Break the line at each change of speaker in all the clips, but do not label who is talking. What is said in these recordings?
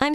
I'm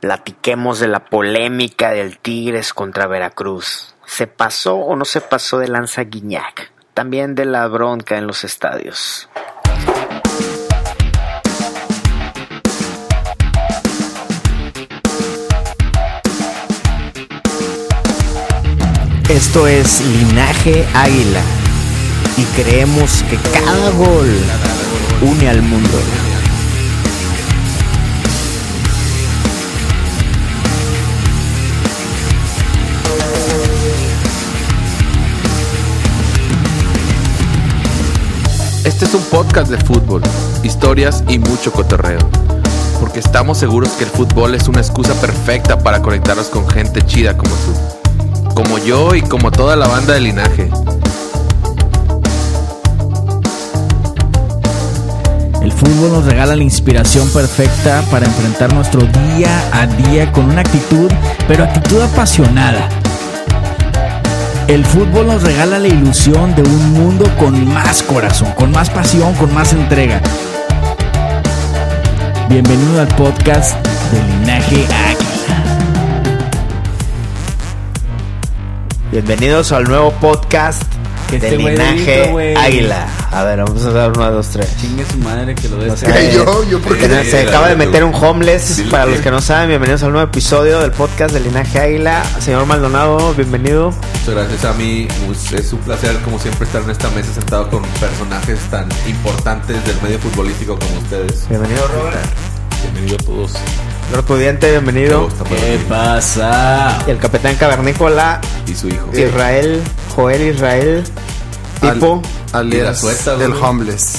Platiquemos de la polémica del Tigres contra Veracruz. ¿Se pasó o no se pasó de lanza Guiñac? También de la bronca en los estadios.
Esto es Linaje Águila y creemos que cada gol une al mundo.
Este es un podcast de fútbol, historias y mucho cotorreo. Porque estamos seguros que el fútbol es una excusa perfecta para conectarnos con gente chida como tú. Como yo y como toda la banda de linaje.
El fútbol nos regala la inspiración perfecta para enfrentar nuestro día a día con una actitud, pero actitud apasionada. El fútbol nos regala la ilusión de un mundo con más corazón, con más pasión, con más entrega. Bienvenido al podcast de Linaje Águila.
Bienvenidos al nuevo podcast
Que
de
este güey
Linaje
grita, güey.
Águila. A ver, vamos a dar una, dos, tres.
Chingue su madre que lo este
No
des.
sé,
Ay,
eh,
yo, yo, ¿por qué?
eh, se acaba de meter un homeless. Para los que no saben, bienvenidos al nuevo episodio del podcast de Linaje Águila. Señor Maldonado, bienvenido.
Muchas gracias a mí. Us- Es un placer, como siempre, estar en esta mesa sentado con personajes tan importantes del medio futbolístico como ustedes.
Bienvenido, Robert.
Bienvenido a todos.
Lord Pudiente, bienvenido.
¿Qué pasa?
Y el capitán cavernícola,
Y su hijo.
Israel, Joel Israel,
Al-
tipo.
la
alias
suelta,
del
güey.
homeless.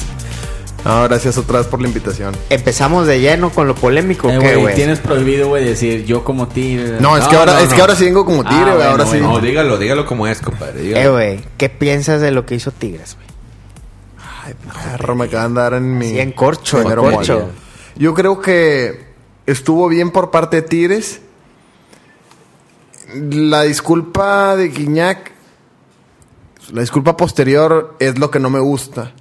No, gracias otra vez por la invitación.
Empezamos de lleno con lo polémico,
Eh,
¿qué,
güey,
güey?
Tienes prohibido, güey, decir yo como eh, tigre.
No, es que ahora, es que ahora sí vengo como
Ah,
tigre, güey,
bueno,
ahora
bueno.
No,
sí.
dígalo, dígalo como es, compadre.
Eh,
dígalo.
güey, ¿qué piensas de lo que hizo Tigres, güey?
Perro, me acaban de dar en mi.
Sí, en corcho, en
Primero
corcho.
mole. Yo creo que estuvo bien por parte de Tigres. La disculpa de Guiñac, la disculpa posterior es lo que no me gusta.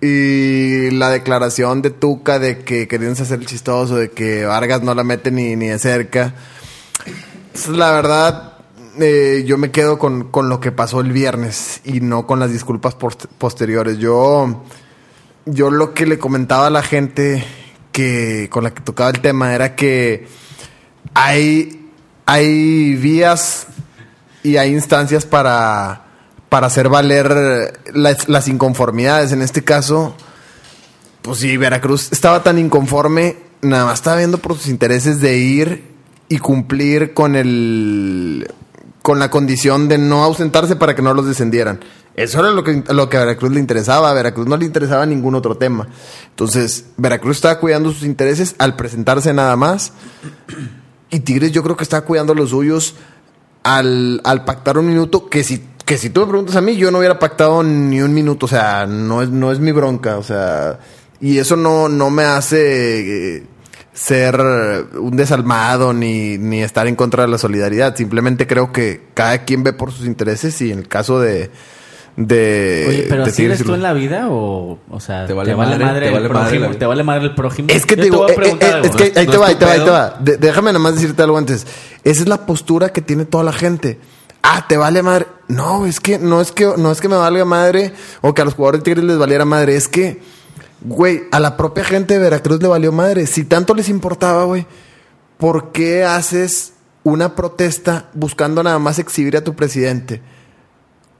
Y la declaración de Tuca de que querían hacer el chistoso, de que Vargas no la mete ni, ni de cerca. Entonces, La verdad, eh, yo me quedo con, con lo que pasó el viernes y no con las disculpas post- posteriores. Yo yo lo que le comentaba a la gente que con la que tocaba el tema era que hay, hay vías y hay instancias para, para hacer valer las, las inconformidades. En este caso, pues sí, Veracruz estaba tan inconforme, nada más estaba viendo por sus intereses de ir y cumplir con el con la condición de no ausentarse para que no los descendieran. Eso era lo que, lo que a Veracruz le interesaba. A Veracruz no le interesaba ningún otro tema. Entonces, Veracruz estaba cuidando sus intereses al presentarse nada más. Y Tigres yo creo que estaba cuidando los suyos al, al pactar un minuto que si, que si tú me preguntas a mí, yo no hubiera pactado ni un minuto. O sea, no es, no es mi bronca. O sea, y eso no, no me hace eh, ser un desalmado ni, ni estar en contra de la solidaridad. Simplemente creo que cada quien ve por sus intereses y en el caso de... de
Oye, pero
de
¿así eres
Tigres-
tú en la vida o, o sea,
Te vale madre, te
el
vale madre
prójimo?
la vida.
¿Te vale madre el prójimo?
Es que
Yo
te digo,
voy a
eh,
preguntar
eh,
algo.
es que ahí
no
te
es tu
va, ahí te va, ahí
pedo.
te va. De- déjame nomás decirte algo antes. Esa es la postura que tiene toda la gente. Ah, te vale madre. No, es que no es que no es que me valga madre o que a los jugadores de Tigres les valiera madre, es que güey, a la propia gente de Veracruz le valió madre. Si tanto les importaba, güey, ¿por qué haces una protesta buscando nada más exhibir a tu presidente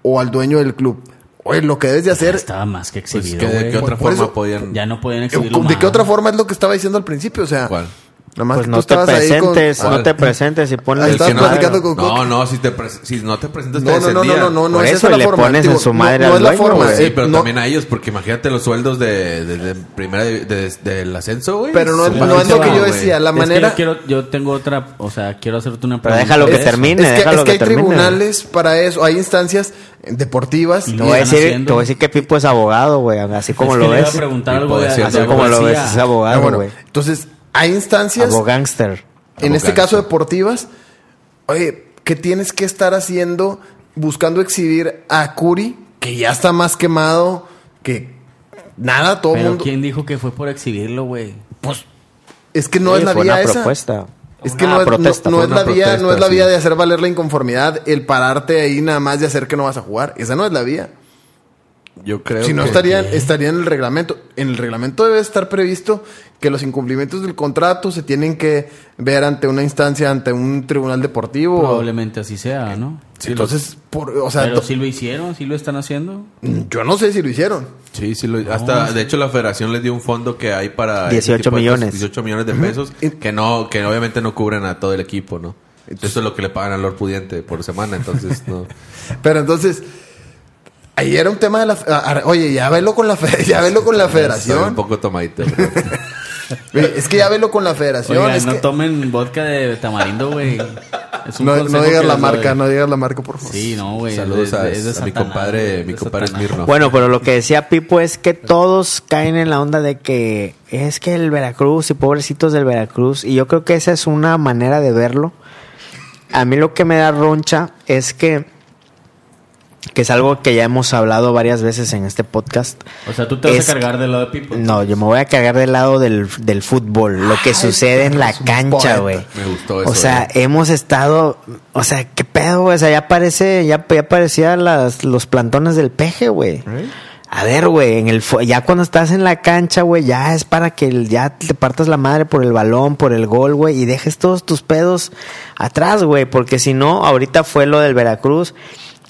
o al dueño del club? Oye, lo que debes de hacer
Estaba más que
Pues,
exhibido,
que ¿De
güey.
qué otra
Por
forma
eso-
podían...?
Ya no podían
¿De
exhibirlo más.
qué otra forma es lo que estaba diciendo al principio? O sea,
¿Cuál?
Nada más
Pues
que
no
tú
te
estabas ahí con- Ah,
presentes,
¿Cuál?
no te presentes y
Ahí
ponle
estás
que no-
platicando con
No,
Coca.
no, si, te pres- si no te presentas,
No,
te
no, no, no,
descendían.
no, no, no
Por
es
eso
esa la
le
forma.
pones en su madre
no, no
al
es la
dueño,
forma.
güey.
pues Sí,
eh,
pero
no-
también a ellos, porque imagínate los sueldos de, de, de primera de- de- del ascenso, güey.
Pero no es-
Sí,
no es lo que
güey.
yo decía, la
Es que
manera-
yo, quiero, yo tengo otra, o sea, quiero hacerte una
Pero
pregunta.
déjalo que
de eso.
termine,
Es que,
déjalo
es que
que
hay
termine.
tribunales para eso, hay instancias deportivas.
Y
Te
lo
voy, a
están
decir,
haciendo.
te voy a decir que Pipo es abogado, güey. Así como
Es que
lo
le iba
ves.
a preguntar
Y
algo
puedo
de,
decir,
de
Así
algo
como lo ves,
abogacía.
es
Ah,
abogado,
bueno,
güey.
entonces, hay instancias,
Abogánster.
en este
Abogánster.
caso deportivas, oye, que tienes que estar haciendo, buscando exhibir a Curi, que ya está más quemado, que nada, todo el
Pero
mundo.
¿quién dijo que fue por exhibirlo, güey?
Es que no
Oye,
es la
fue
vía
una
esa.
propuesta.
Es que
Una
no, es- no-
protesta,
no
fue
es
una
la vía, no es
protesta,
la vía
sí.
de hacer valer la inconformidad, el pararte ahí nada más de hacer que no vas a jugar. Esa no es la vía.
Yo creo
si no,
que-
estaría, estaría en el reglamento. En el reglamento debe estar previsto que los incumplimientos del contrato se tienen que ver ante una instancia, ante un tribunal deportivo.
Probablemente así sea, ¿no?
Entonces, por, o sea,
Pero
to-
si lo hicieron, si lo están haciendo.
yo no sé si lo hicieron.
Sí, sí, lo- hasta de hecho la federación les dio un fondo que hay para... ese
18
tipo de cosas,
millones.
18 millones de pesos que no, que obviamente no cubren a todo el equipo, ¿no? Eso es lo que le pagan al Lord Pudiente por semana, entonces no.
Pero entonces, ahí era un tema de la... fe- a- a- Oye, ya velo con la, fe- ya velo con la
Estoy un
federación.
poco tomadito. pero-
Oye, Es que ya velo con la federación.
Oigan,
es
no
que-
tomen vodka de tamarindo, güey. Es un
no,
consejo
no digas
que
la
les
marca,
doy.
no digas la marca, por favor.
Sí, no, güey.
Saludos
es de-
a,
es de
a mi
Satanás,
compadre,
güey,
mi
de
compadre
Satanás.
Smirno.
Bueno, pero lo que decía Pipo es que todos caen en la onda de que es que el Veracruz y pobrecitos del Veracruz. Y yo creo que esa es una manera de verlo. A mí lo que me da roncha es que, que es algo que ya hemos hablado varias veces en este podcast.
O sea, tú te vas
Es-
a cargar del lado de Pipo.
No, yo me voy a cargar del lado del, del fútbol, lo que sucede en la
es un
cancha,
poeta.
güey.
Me gustó eso,
O sea, hemos estado, o sea, qué pedo, güey. O sea, ya parece, ya, ya parecía las, los plantones del peje, güey. A ver, güey, en el fu- ya cuando estás en la cancha, güey, ya es para que el- ya te partas la madre por el balón, por el gol, güey, y dejes todos tus pedos atrás, güey, porque si no, ahorita fue lo del Veracruz.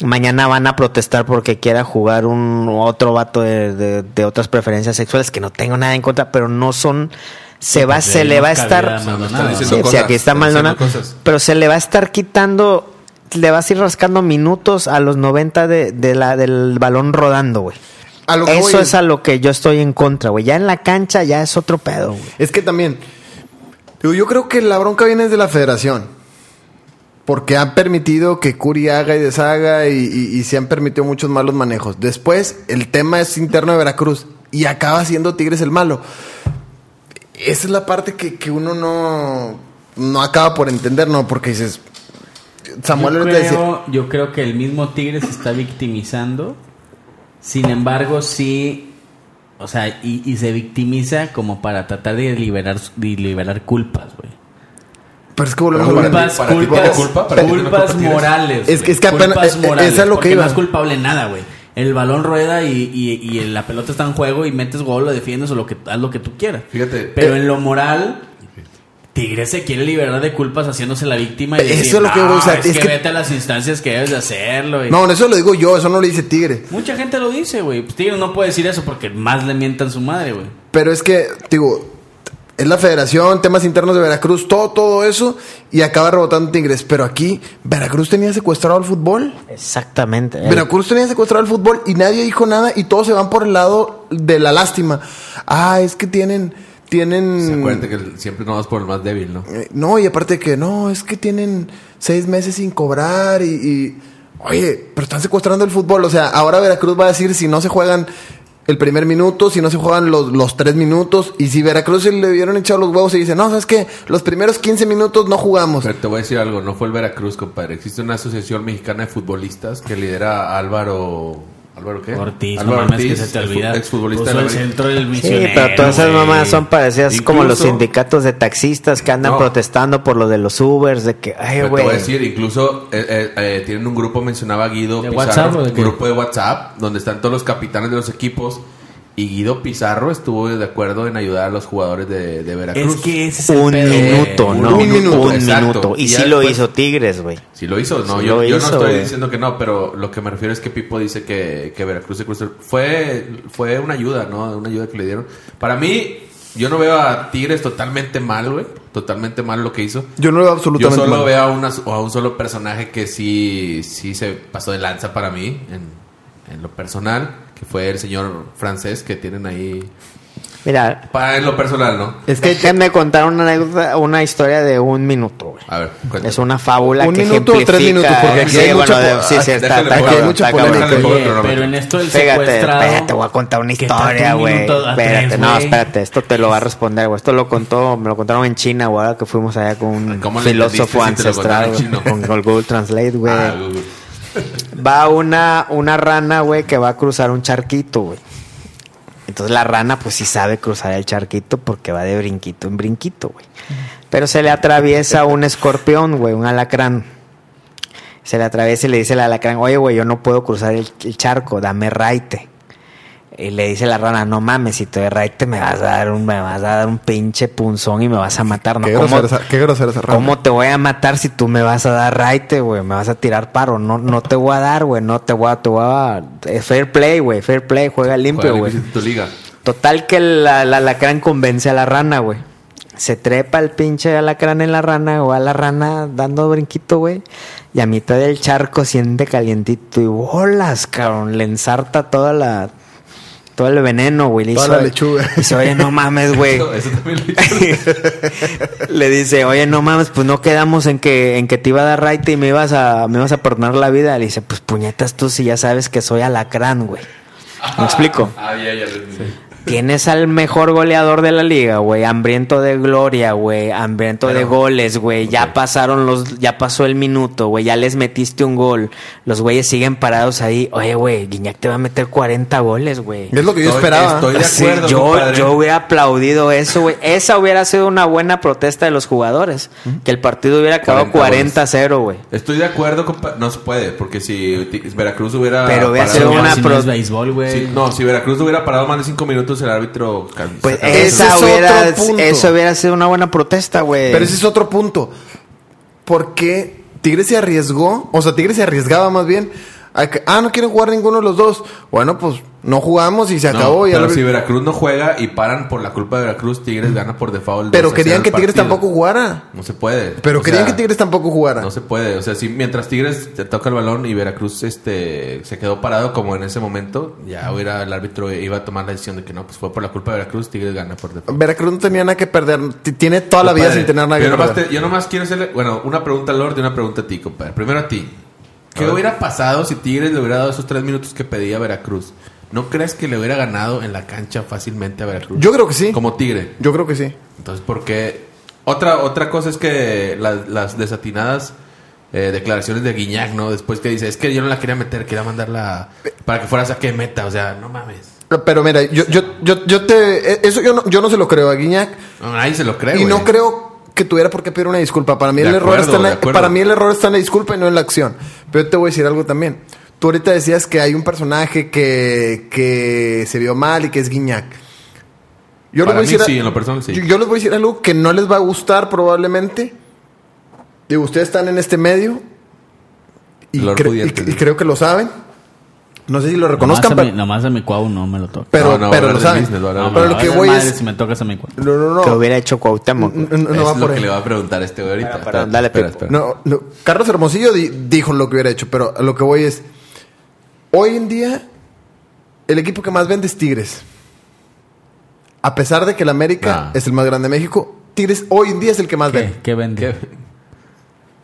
Mañana van a protestar porque quiera jugar un otro vato de, de- de otras preferencias sexuales que no tengo nada en contra, pero no son se va
pues
Ah, se
ahí
le
no
va a
cabía
estar
Maldonado.
Están
Sí,
diciendo
o sea,
cosas,
aquí está
están diciendo
Maldonado.
cosas.
Pero se le va a estar quitando, le vas a ir rascando minutos a los 90 de, de la, del balón rodando, güey.
A lo que
Eso
voy-
es a lo que yo estoy en contra, güey. Ya en la cancha ya es otro pedo, güey.
Es que también, digo, yo creo que la bronca viene de la federación. Porque han permitido que Curi haga y deshaga y, y- y se han permitido muchos malos manejos. Después, el tema es interno de Veracruz y acaba siendo Tigres el malo. Esa es la parte que, que uno no, no acaba por entender, ¿no? Porque dices, Samuel
yo,
ahorita decía,
creo, yo creo que el mismo Tigre se está victimizando. Sin embargo, sí. O sea, y, y se victimiza como para tratar de liberar, de liberar culpas, güey.
pero es que volvemos
Pero
a
para ti-
Culpas,
hablar.
para ti tiene
culpas,
culpa, para ti tiene culpa
culpas
Tigres.
morales.
Es que-
güey.
es que apenas-
Culpas
eh, eh,
morales,
es a lo que
porque
iba.
No es culpable en nada, güey. El balón rueda y, y- y la pelota está en juego y metes gol, lo defiendes o lo que, haz lo que tú quieras.
Fíjate. eh,
Pero en lo moral, Tigres se quiere liberar de culpas haciéndose la víctima y
Eso
decir,
es lo que
"No,
voy a usar".
es,
Es
que,
que-
vete a las instancias que debes de hacerlo. y-
No, eso lo digo yo, eso no lo dice Tigre.
Mucha gente lo dice, güey. Pues Tigres no puede decir eso porque más le mientan su madre, güey.
Pero es que, digo, es la federación, temas internos de Veracruz, todo, todo eso, y acaba rebotando Tigres. Pero aquí, Veracruz tenía secuestrado al fútbol.
Exactamente.
Eh.
El-
Veracruz tenía secuestrado al fútbol y nadie dijo nada y todos se van por el lado de la lástima. Ah, es que tienen, Mm.
Se acuerdan
tienen...
que siempre no vas por el más débil, ¿no?
eh, No, y aparte que no, es que tienen seis meses sin cobrar y... y- Oye, pero están secuestrando el fútbol. O sea, ahora Veracruz va a decir si no se juegan el primer minuto, si no se juegan los, los tres minutos. Y si Veracruz se le hubieran echado los huevos y dice, no, ¿sabes qué? Los primeros 15 minutos no jugamos.
Pero te voy a decir algo, no fue el Veracruz, compadre. Existe una asociación mexicana de futbolistas que lidera a Álvaro. ¿Álvaro qué?
Ortiz,
Álvaro
no mames, que se te
exfu-
olvida.
Exfutbolista de la
Puso el
América.
centro del
Eh, Sí,
misionero.
pero todas esas
güey.
mamás son parecidas como los
Incluso-
sindicatos de taxistas que andan
No.
protestando por lo de los Ubers, de que, ay,
Pero te
güey.
voy a decir, incluso eh, eh, eh, tienen un grupo, mencionaba Guido
¿De
Pizarro,
WhatsApp o de qué?
grupo de WhatsApp, donde están todos los capitanes de los equipos. Y Guido Pizarro estuvo de acuerdo en ayudar a los jugadores de, de Veracruz.
Es que ese es el
Un
pedo, güey.
minuto,
un
¿no?
minuto,
Un
exacto.
minuto. Y
Y
sí
ya
lo
después-
hizo Tigres, güey.
Si lo hizo, no,
Sí
yo,
lo
yo no
hizo,
estoy
güey.
diciendo que no, pero lo que me refiero es que Pipo dice que, que Veracruz se cruzó. Fue, fue una ayuda, ¿no? Una ayuda que le dieron. Para mí, Yo no veo a Tigres totalmente mal, güey. Totalmente mal lo que hizo.
Yo no lo veo
Yo
absolutamente
solo
mal.
veo a, una- a un solo personaje que sí, sí se pasó de lanza para mí, en, en lo personal, que fue el señor francés que tienen ahí.
Mira,
Para en lo personal, ¿no?
es que déjenme contar una anécdota, una historia de un minuto, güey.
A ver, Ah, cuéntame.
Es una fábula
Un
que
minuto o tres
ejemplifica-
minutos, porque aquí
sí,
hay
bueno,
mucha
de-
po-
sí, sí,
ah,
está,
déjale
está
poco,
cabrón,
mucha
está cabrón.
polémica.
Déjale poco,
Oye,
cronómetro.
pero en esto del
Espérate,
secuestrado...
espérate, voy a contar una
¿qué tanto
historia,
un
güey.
minuto a
Espérate,
tres,
no,
güey?
espérate, esto te lo va a responder, güey. Esto lo contó, me lo contaron en China, güey, ahora que fuimos allá con un
¿Cómo lo
filósofo
entendiste si te lo
ancestral,
contaron en chino?
güey, con con Google Translate, güey.
Ah, güey.
Va una, una rana, güey, que va a cruzar un charquito, güey. Entonces la rana, pues sí sabe cruzar el charquito porque va de brinquito en brinquito, güey. Pero se le atraviesa un escorpión, güey, un alacrán. Se le atraviesa y le dice el alacrán, oye, güey, yo no puedo cruzar el, el charco, dame raite. Y le dice la rana, no mames, si te doy raite me vas a dar un, me vas a dar un pinche punzón y me vas a matar. ¿no?
Qué
¿Cómo-
grosera esa- qué grosera esa rama.
¿Cómo te voy a matar si tú me vas a dar raite, güey? Me vas a tirar paro. No, no te voy a dar, güey. No te voy a, te voy a. es fair play, güey. Fair play, juega limpio,
Juega
güey.
difícil tu liga.
Total que la, la alacrán convence a la rana, güey. Se trepa el pinche alacrán en la rana, o a la rana dando brinquito, güey. Y a mitad del charco siente calientito y bolas, cabrón. Le ensarta toda la. Todo el veneno, güey. Le
Toda
dice,
la lechuga.
Dice, oye, no mames, güey.
Eso, eso también lo hizo.
Le dice, oye, no mames, pues no quedamos en que, en que te iba a dar raite y me ibas a, me ibas a perdonar la vida. Le dice, pues puñetas tú si ya sabes que soy alacrán, güey. ¿Me explico?
Ah, ya, ya. lo entendí.
Tienes al mejor goleador de la liga, güey, hambriento de gloria, güey, hambriento de goles, güey. Ya pasaron los, ya pasó el minuto, güey, ya les metiste un gol. Los güeyes siguen parados ahí. Oye, güey, Guiñac te va a meter 40 goles, güey.
Es lo que yo
Estoy-
esperaba.
estoy de
Sí,
acuerdo,
yo,
compadre.
yo hubiera aplaudido eso, güey. Esa hubiera sido una buena protesta de los jugadores. Que el partido hubiera acabado
40
40-0, güey.
Estoy de acuerdo, compa. No se puede, porque si ti- Veracruz hubiera.
Pero hubiera
parado
sido
más-
una
si no
pro-
es béisbol, güey.
si- no, si Veracruz hubiera parado más de cinco minutos, el árbitro.
Pues
sacaba-
ese
esa
es
hubiera,
otro punto.
eso hubiera sido una buena protesta, güey.
Pero ese es otro punto. ¿Por qué Tigres se arriesgó? O sea, Tigres se arriesgaba más bien. a que, ah, no quieren jugar ninguno de los dos. Bueno, pues no jugamos y se
No,
acabó. y
pero
al-
si Veracruz no juega y paran por la culpa de Veracruz, Tigres gana por default.
Pero
2 a 0
querían
el
que Tigres
partido.
tampoco jugara.
No se puede.
Pero
O
querían
sea,
que Tigres tampoco jugara.
No se puede. O sea, si mientras Tigres te toca el balón y Veracruz este se quedó parado como en ese momento, ya hubiera el árbitro iba a tomar la decisión de que no, pues fue por la culpa de Veracruz, Tigres gana por default.
Veracruz no tenía nada que perder. T- Tiene toda la vida
Compadre,
sin tener nada que
yo nomás,
perder.
te- yo nomás quiero hacerle, bueno, una pregunta a Lord y una pregunta a ti, compadre. Primero a ti. ¿Qué hubiera pasado si Tigres le hubiera dado esos tres minutos que pedía Veracruz? ¿No crees que le hubiera ganado en la cancha fácilmente a Veracruz?
Yo creo que sí.
Como Tigre.
Yo creo que sí.
Entonces, ¿por qué? Otra, otra cosa es que las, las desatinadas eh, declaraciones de Guiñac, ¿no? Después que dice, es que yo no la quería meter, quería mandarla para que fuera saque de meta. O sea, no mames.
Pero mira, yo, yo, yo, yo te. eh, Eso yo no, yo no se lo creo a Guiñac.
No, nadie se lo cree,
y no
güey.
creo que tuviera por qué pedir una disculpa. Para mí,
De
el error
acuerdo,
está en
de
la,
acuerdo.
para mí el error está en la disculpa y no en la acción. Pero yo te voy a decir algo también. Tú ahorita decías que hay un personaje que, que se vio mal y que es Guiñac. Yo
Para
les voy
mí
a decir a-
sí, en lo personal sí.
Yo, yo les voy a decir algo que no les va a gustar probablemente. Digo, ustedes están en este medio y,
Lo
cre-
pudiente,
y-
¿no?
y creo que lo saben. No sé si lo
Nomás
reconozcan,
a
pero,
mi- Nomás a mi cuau no me lo toca.
pero,
No, no,
pero
hablar
lo
del
saben.
business, no, no,
No,
no,
pero
me
lo que
vale
voy
madre
es...
Si me tocas a mi cuau.
No, no, no.
Que hubiera hecho Cuauhtémoc. güey.
No, no, no
es
va
lo
por
que
ahí.
le va a preguntar a este güey ahorita.
perdón, dale,
espera,
Pepo.
espera.
No, no, Carlos Hermosillo di- dijo lo que hubiera hecho, pero a lo que voy es. Hoy en día, el equipo que más vende es Tigres. A pesar de que el América
Ah.
es el más grande de México, Tigres hoy en día es el que más
¿Qué?
vende.
¿Qué vende?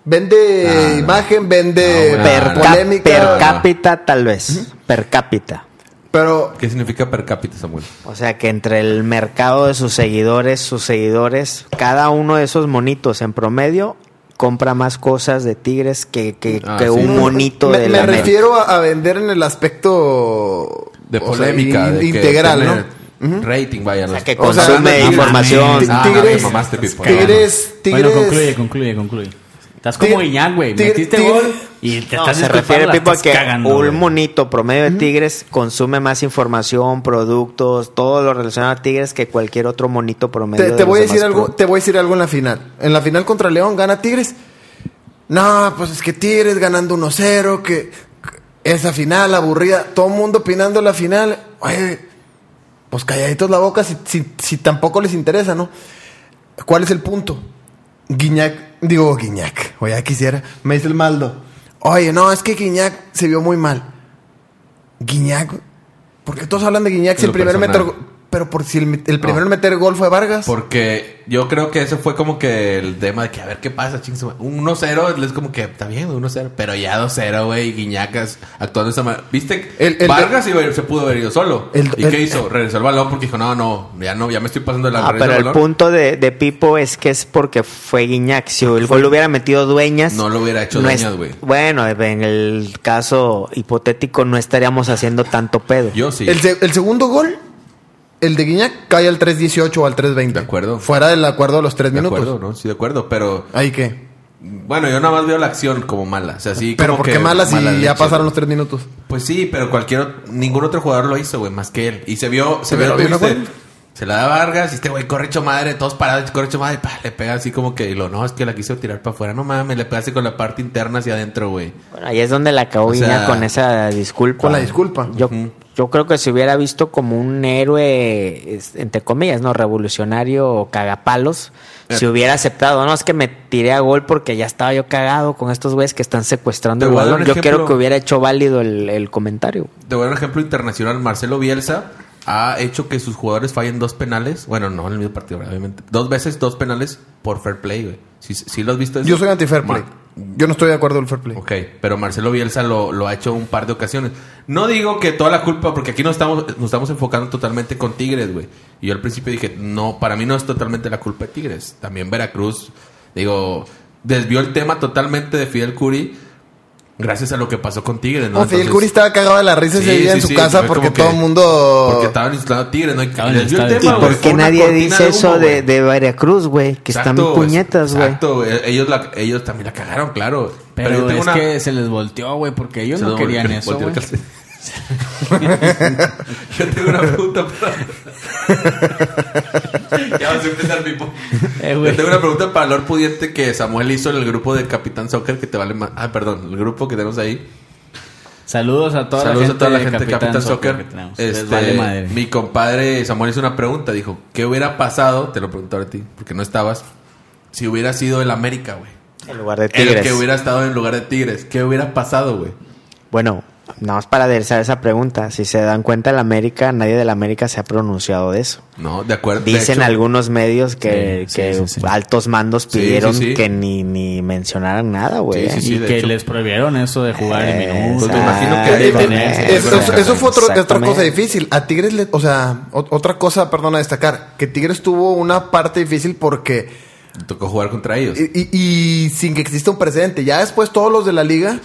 Vende
Ah, no.
imagen, vende
No, güey.
Ah,
per,
no,
cap-
polémica.
per cápita, tal vez. Per cápita.
Pero
¿Qué significa per cápita, Samuel?
O sea que entre el mercado de sus seguidores, sus seguidores, cada uno de esos monitos en promedio compra más cosas de Tigres que, que,
Ah,
que
sí.
un monito
me,
de
me
la América.
refiero a, a vender en el aspecto
De
o sea,
polémica.
in-
de que
integral,
tener
¿no?
Rating, vaya.
sea, que
O sea,
consume
no,
información.
Ti-
Ah, no,
Tigres,
te mamaste, Pipo.
Tigres, Tigres.
Bueno, concluye, concluye, concluye. Estás como
Tigre-
Iñak, güey.
Tigre-
Metiste
Tigre-
gol y te
No,
estás
se refiere
disculpando,
Pipo,
la
a
estás
que
cagando,
un
güey.
monito promedio de Tigres consume más información, productos, todo lo relacionado a Tigres que cualquier otro monito promedio.
Te,
de
te voy a
los
decir
demás
algo,
pro-
te voy a decir algo en la final. En la final contra León gana Tigres. No, pues es que Tigres ganando 1-0, que que esa final aburrida, todo el mundo opinando la final. Oye, pues calladitos la boca si, si, si tampoco les interesa, ¿no? ¿Cuál es el punto? Guiñac, digo Guiñac, o ya quisiera, me dice el Maldo. Oye, no, es que Guiñac se vio muy mal. Guiñac, porque todos hablan de Guiñac si
En
el
lo
primer meter,
personal.
go- pero por si el, el primer meter gol fue Vargas.
Porque yo creo que eso fue como que el tema de que a ver qué pasa, ching su madre. Un 1-0 es como que está bien, 1-0, pero ya 2-0, güey, y Guiñacas actuando de esa manera. ¿Viste?
El- el-
Vargas iba a ir- se pudo haber ido solo.
El-
¿Y
el-
qué hizo? Regresó el balón porque dijo, no, no, ya no, ya me estoy pasando de la
Ah,
regreso
pero
el
el
balón.
punto de, de Pipo es que es porque fue Guiñac. Si el gol lo hubiera metido dueñas.
No lo hubiera hecho
no es-
Dueñas, güey.
Bueno, en el caso hipotético no estaríamos haciendo tanto pedo.
Yo sí.
El, se- el segundo gol, el de Guiñac, cae al 3.18 o al 3.20.
De acuerdo.
Fuera del acuerdo de los tres
de
minutos.
acuerdo, ¿no? Sí, de acuerdo, pero
Ahí qué.
bueno, yo nada más veo la acción como mala. O sea, sí,
Pero
como
¿por qué
que
mala si
leche,
ya pasaron
güey.
los tres minutos?
Pues sí, pero cualquier ot- ningún otro jugador lo hizo, güey, más que él. Y se vio, se
Pero
vio,
vio la
tuviste,
gol.
se la da Vargas y este güey corre hecho madre, todos parados, corre hecho madre, pa, le pega así como que y lo no, es que la quiso tirar para afuera, no mames, le pega así con la parte interna hacia adentro, güey.
Bueno, ahí es donde la acabó
O sea,
Guiñac con esa disculpa.
con la disculpa.
Yo, yo creo que se hubiera visto como un héroe, es- entre comillas, ¿no? Revolucionario o cagapalos.
Eh.
Si hubiera aceptado, no, es que me tiré a gol porque ya estaba yo cagado con estos güeyes que están secuestrando
Te
el
voy a dar
balón.
un
Yo
ejemplo.
quiero que hubiera hecho válido el, el comentario.
Te voy a dar un ejemplo internacional, Marcelo Bielsa ha hecho que sus jugadores fallen dos penales, bueno, no en el mismo partido, obviamente, dos veces dos penales por fair play, güey. Si, lo has visto eso?
Yo soy anti-fair
Ma-
play. Yo no estoy de acuerdo del fair play.
Ok, pero Marcelo Bielsa lo, lo ha hecho un par de ocasiones. No digo que toda la culpa, porque aquí nos estamos, nos estamos enfocando totalmente con Tigres, güey. Y yo al principio dije, no, para mí no es totalmente la culpa de Tigres. También Veracruz, digo, desvió el tema totalmente de Fidel Curi gracias a lo que pasó con Tigres, ¿no?
No, Fidel
Entonces-
Curi estaba cagado de la risa
Sí,
ese día
sí,
en su
sí,
casa
fue
porque
como que-
todo el mundo...
Porque estaban instalando Tigres, ¿no? Y
Estaban en el
desvió el
estadio.
tema,
¿Y
güey.
¿Por
Este Fue
qué
una
nadie
cortina
dice
de
eso
humo,
de,
güey.
de Veracruz, güey? Que
Exacto,
están
güey.
puñetas, güey.
Exacto, güey. Ellos, la- ellos también la cagaron, claro.
Pero,
yo tengo
es
una-
que se les volteó, güey, porque ellos
Se
no
lo
querían
volteó-
eso,
volteó
güey.
el calcetín. Yo tengo una pregunta para. ya vas a empezar, Pipo.
Eh, güey.
Yo tengo una pregunta para Lord Pudiente que Samuel hizo en el grupo de Capitán Soccer que te vale más. Ah, perdón, el grupo que tenemos ahí.
Saludos a toda
Saludos
la gente
a toda la
de
gente de Capitán, Soccer.
que tenemos. Les
Este,
vale madre.
Mi compadre Samuel hizo una pregunta. Dijo: ¿Qué hubiera pasado? Te lo pregunto ahora a ti, porque no estabas. Si hubiera sido el América, güey.
En lugar de
El
Tigres.
que hubiera estado en lugar de Tigres. ¿Qué hubiera pasado, güey?
Bueno, nada más para aderezar esa pregunta. Si se dan cuenta, el América, nadie del América se ha pronunciado de eso.
No, de acuerdo. de
Dicen
hecho-
algunos medios que,
Sí, sí,
que
sí, sí.
altos mandos
Sí,
pidieron
sí, sí.
que ni, ni mencionaran nada, güey.
Sí, sí,
y
de
que
hecho.
les prohibieron eso de jugar el minuto.
Pues
me imagino que
Eh,
ahí
eh,
va a
eh,
tener-
eh, eso,
Exactamente.
eso fue otro- otra cosa
Exactamente.
difícil. A Tigres, le- o sea, o- otra cosa, perdón, a destacar. Que Tigres tuvo una parte difícil porque...
Tocó jugar contra ellos.
Pues
Y, y- y sin que exista un precedente. Ya después todos los de la liga,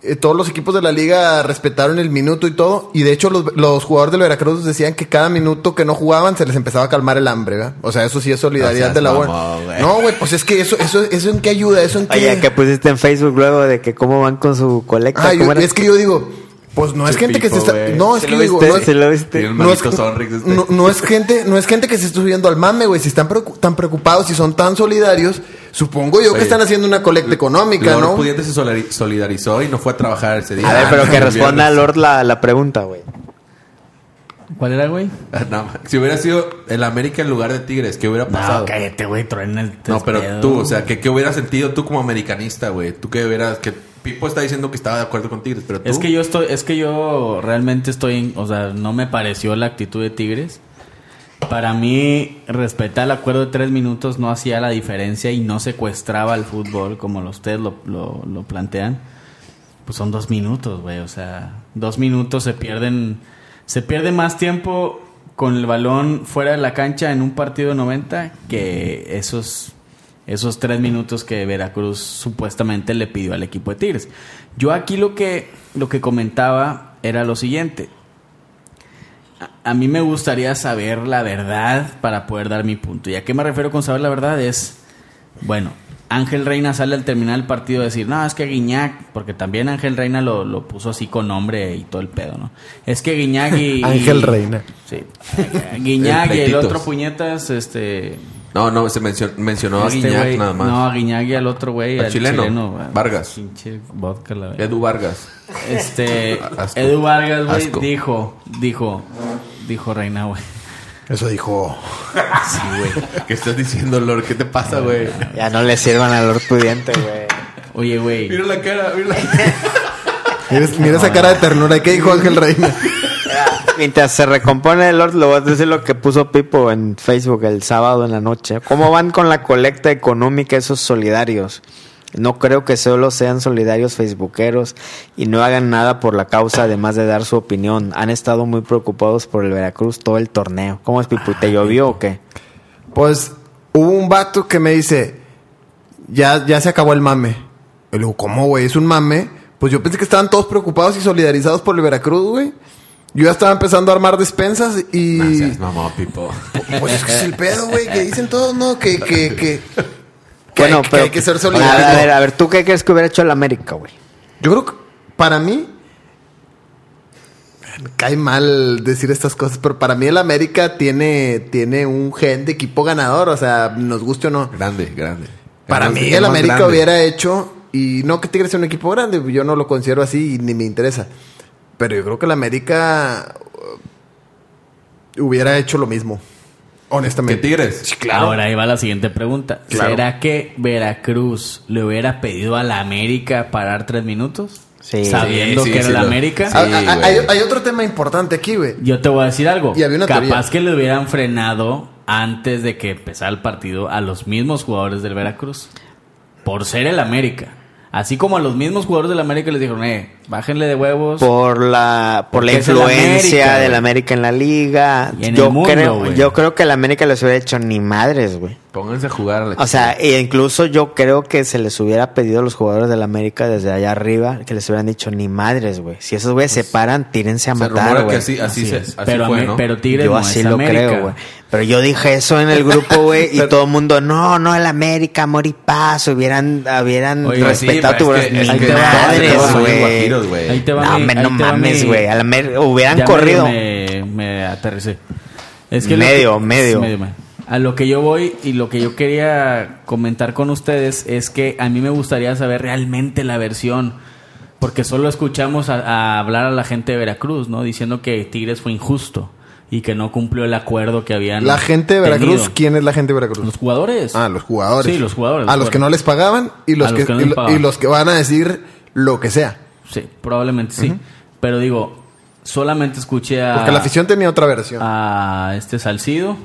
eh, todos los equipos de la liga respetaron el minuto y todo. Y de hecho los, los jugadores del Veracruz decían que cada minuto que no jugaban se les empezaba a calmar el hambre, ¿verdad? O sea, eso sí es solidaridad
No seas
de la buena.
mamón, güey.
No, güey, pues es que eso, eso, eso en qué ayuda, eso en qué...
Oye, que pusiste en Facebook luego de que cómo van con su colecta.
Ah, yo-
¿cómo era?
es que yo digo, pues no es gente que se
Pipo,
está...
güey.
No, es
¿Se
que
lo
yo digo...
viste?
no es-
¿Se lo viste?
Y el
no es,
maldito Sonrix este.
no- no es gente, no es gente que se esté subiendo al mame, güey. Si están preocu- tan preocupados, si son tan solidarios, supongo yo
Oye,
que están haciendo una colecta económica,
Lord
¿no?
Pudiente se solari- solidarizó y no fue a trabajar ese día.
A ver, pero
Ah,
que
el
responda
viernes.
Lord la, la pregunta, güey.
¿Cuál era, güey?
Ah, nada más. Si hubiera sido el América en lugar de Tigres, ¿qué hubiera pasado?
No, cállate, güey, truena el
No, pero
pedo.
tú, o sea, ¿qué, qué hubieras sentido tú como americanista, güey? Tú que hubieras... Que Pipo está diciendo que estaba de acuerdo con Tigres, pero tú...
Es que yo estoy, es que yo realmente estoy, en- o sea, no me pareció la actitud de Tigres. Para mí, respetar el acuerdo de tres minutos no hacía la diferencia y no secuestraba el fútbol como lo- ustedes lo, lo- lo plantean. Pues son dos minutos, güey, o sea, dos minutos se pierden, se pierde más tiempo con el balón fuera de la cancha en un partido de 90 que esos esos tres minutos que Veracruz supuestamente le pidió al equipo de Tigres. Yo aquí lo que, lo que comentaba era lo siguiente. A, a mí me gustaría saber la verdad para poder dar mi punto. ¿Y a qué me refiero con saber la verdad? Es, bueno, Ángel Reina sale al terminar el partido a decir, no, es que Guiñac, porque también Ángel Reina lo, lo puso así con nombre y todo el pedo, ¿no? Es que Guiñac y...
Ángel Reina.
Sí. Guiñac y el
Pleititos.
otro puñetas, este...
No, no, se mencionó, mencionó
Este
a Guiñac
güey-
nada más.
No, a Guiñac y al otro güey.
Al
al
chileno,
güey.
Vargas.
Pinche vodka, la verdad.
Edu Vargas.
Este,
Asco.
Edu Vargas, güey,
Asco.
dijo, dijo, dijo Reina, güey.
Eso dijo.
Sí, güey. ¿Qué estás diciendo, Lord? ¿Qué te pasa, güey?
Ya no le sirvan al Lord pudiente, güey.
Oye, güey.
Mira la cara, mira la cara.
Mira, mira esa cara de ternura. ¿Qué dijo Ángel Reina?
Mientras se recompone el Lord, lo voy a decir lo que puso Pipo en Facebook el sábado en la noche. ¿Cómo van con la colecta económica esos solidarios? No creo que solo sean solidarios facebookeros y no hagan nada por la causa, además de dar su opinión. Han estado muy preocupados por el Veracruz todo el torneo. ¿Cómo es, Pipo? ¿Te llovió o qué?
Pues hubo un vato que me dice, ya, ya se acabó el mame. Y le digo, ¿cómo, güey? ¿Es un mame? Pues yo pensé que estaban todos preocupados y solidarizados por el Veracruz, güey. Yo ya estaba empezando a armar despensas y...
Gracias, mamá, Pipo.
pues es que es el pedo, güey, que dicen todos, ¿no? Que, que, que... que
Bueno,
hay, que hay que ser
A ver,
solidarios.
a ver, a ver, ¿tú qué crees que hubiera hecho el América, güey?
Yo creo que para mí. me Cae mal decir estas cosas, pero para mí el América tiene, tiene un gen de equipo ganador, o sea, nos guste o no.
Grande, grande.
Para
Además,
mí
es
el
más
América
grande.
hubiera hecho, y no que Tigres sea un equipo grande, yo no lo considero así y ni me interesa. Pero yo creo que el América uh, hubiera hecho lo mismo,
¿Qué
honestamente.
tigres?
Ahora ahí va la siguiente pregunta.
Claro.
¿Será que Veracruz le hubiera pedido a la América parar tres minutos?
Sí.
Sabiendo
Sí, sí,
que era
sí,
la
lo-
América.
Sí,
Ah, ah,
güey.
hay, hay otro tema importante aquí, güey.
Yo te voy a decir algo.
Y había una
Capaz
teoría.
que le hubieran frenado antes de que empezara el partido a los mismos jugadores del Veracruz. Por ser el América. Así como a los mismos jugadores del América les dijeron, eh, bájenle de huevos.
por la por la
Porque es el
influencia
América,
del
güey.
América en la liga.
Y en
yo
el mundo,
creo
güey.
yo creo que el América les hubiera hecho ni madres, güey.
Pónganse a jugar a la
O sea, e incluso yo creo que se les hubiera pedido a los jugadores del América desde allá arriba que les hubieran dicho ni madres, güey. Si esos güeyes se paran, tírense a
Pues, se
matar,
rumora que
güey.
así, así,
Así
se,
es.
así
pero,
fue,
Amé-
¿no?
pero Tigres
Yo
no
así
es
lo
América.
creo, güey. Pero yo dije eso en el grupo, güey, y todo el mundo, no, no, el América, amor y paz, hubieran, hubieran
Oye,
respetado
sí,
tu
pero es que- es
ni
que-
madres,
todos son
güey.
guajiros, güey.
Ahí te va
No,
mi-
hombre,
ahí
no
te va
mames,
mi-
güey. A la mer- Hubieran
Ya medio
corrido.
Me, me aterricé. Es lo
Medio, medio.
medio. A lo que yo voy y lo que yo quería comentar con ustedes es que a mí me gustaría saber realmente la versión. Porque solo escuchamos a, a hablar a la gente de Veracruz, ¿no? Diciendo que Tigres fue injusto y que no cumplió el acuerdo que habían.
La gente de Veracruz,
tenido.
¿quién es la gente de Veracruz?
Los jugadores.
Ah, los jugadores.
Sí, los jugadores.
A los que no les pagaban y los,
A los
que,
que no
y
les
lo-
pagaban.
y los que van a decir lo que sea.
Sí, probablemente sí. Pero digo, solamente escuché a.
Porque la afición tenía otra versión.
a este Salcido,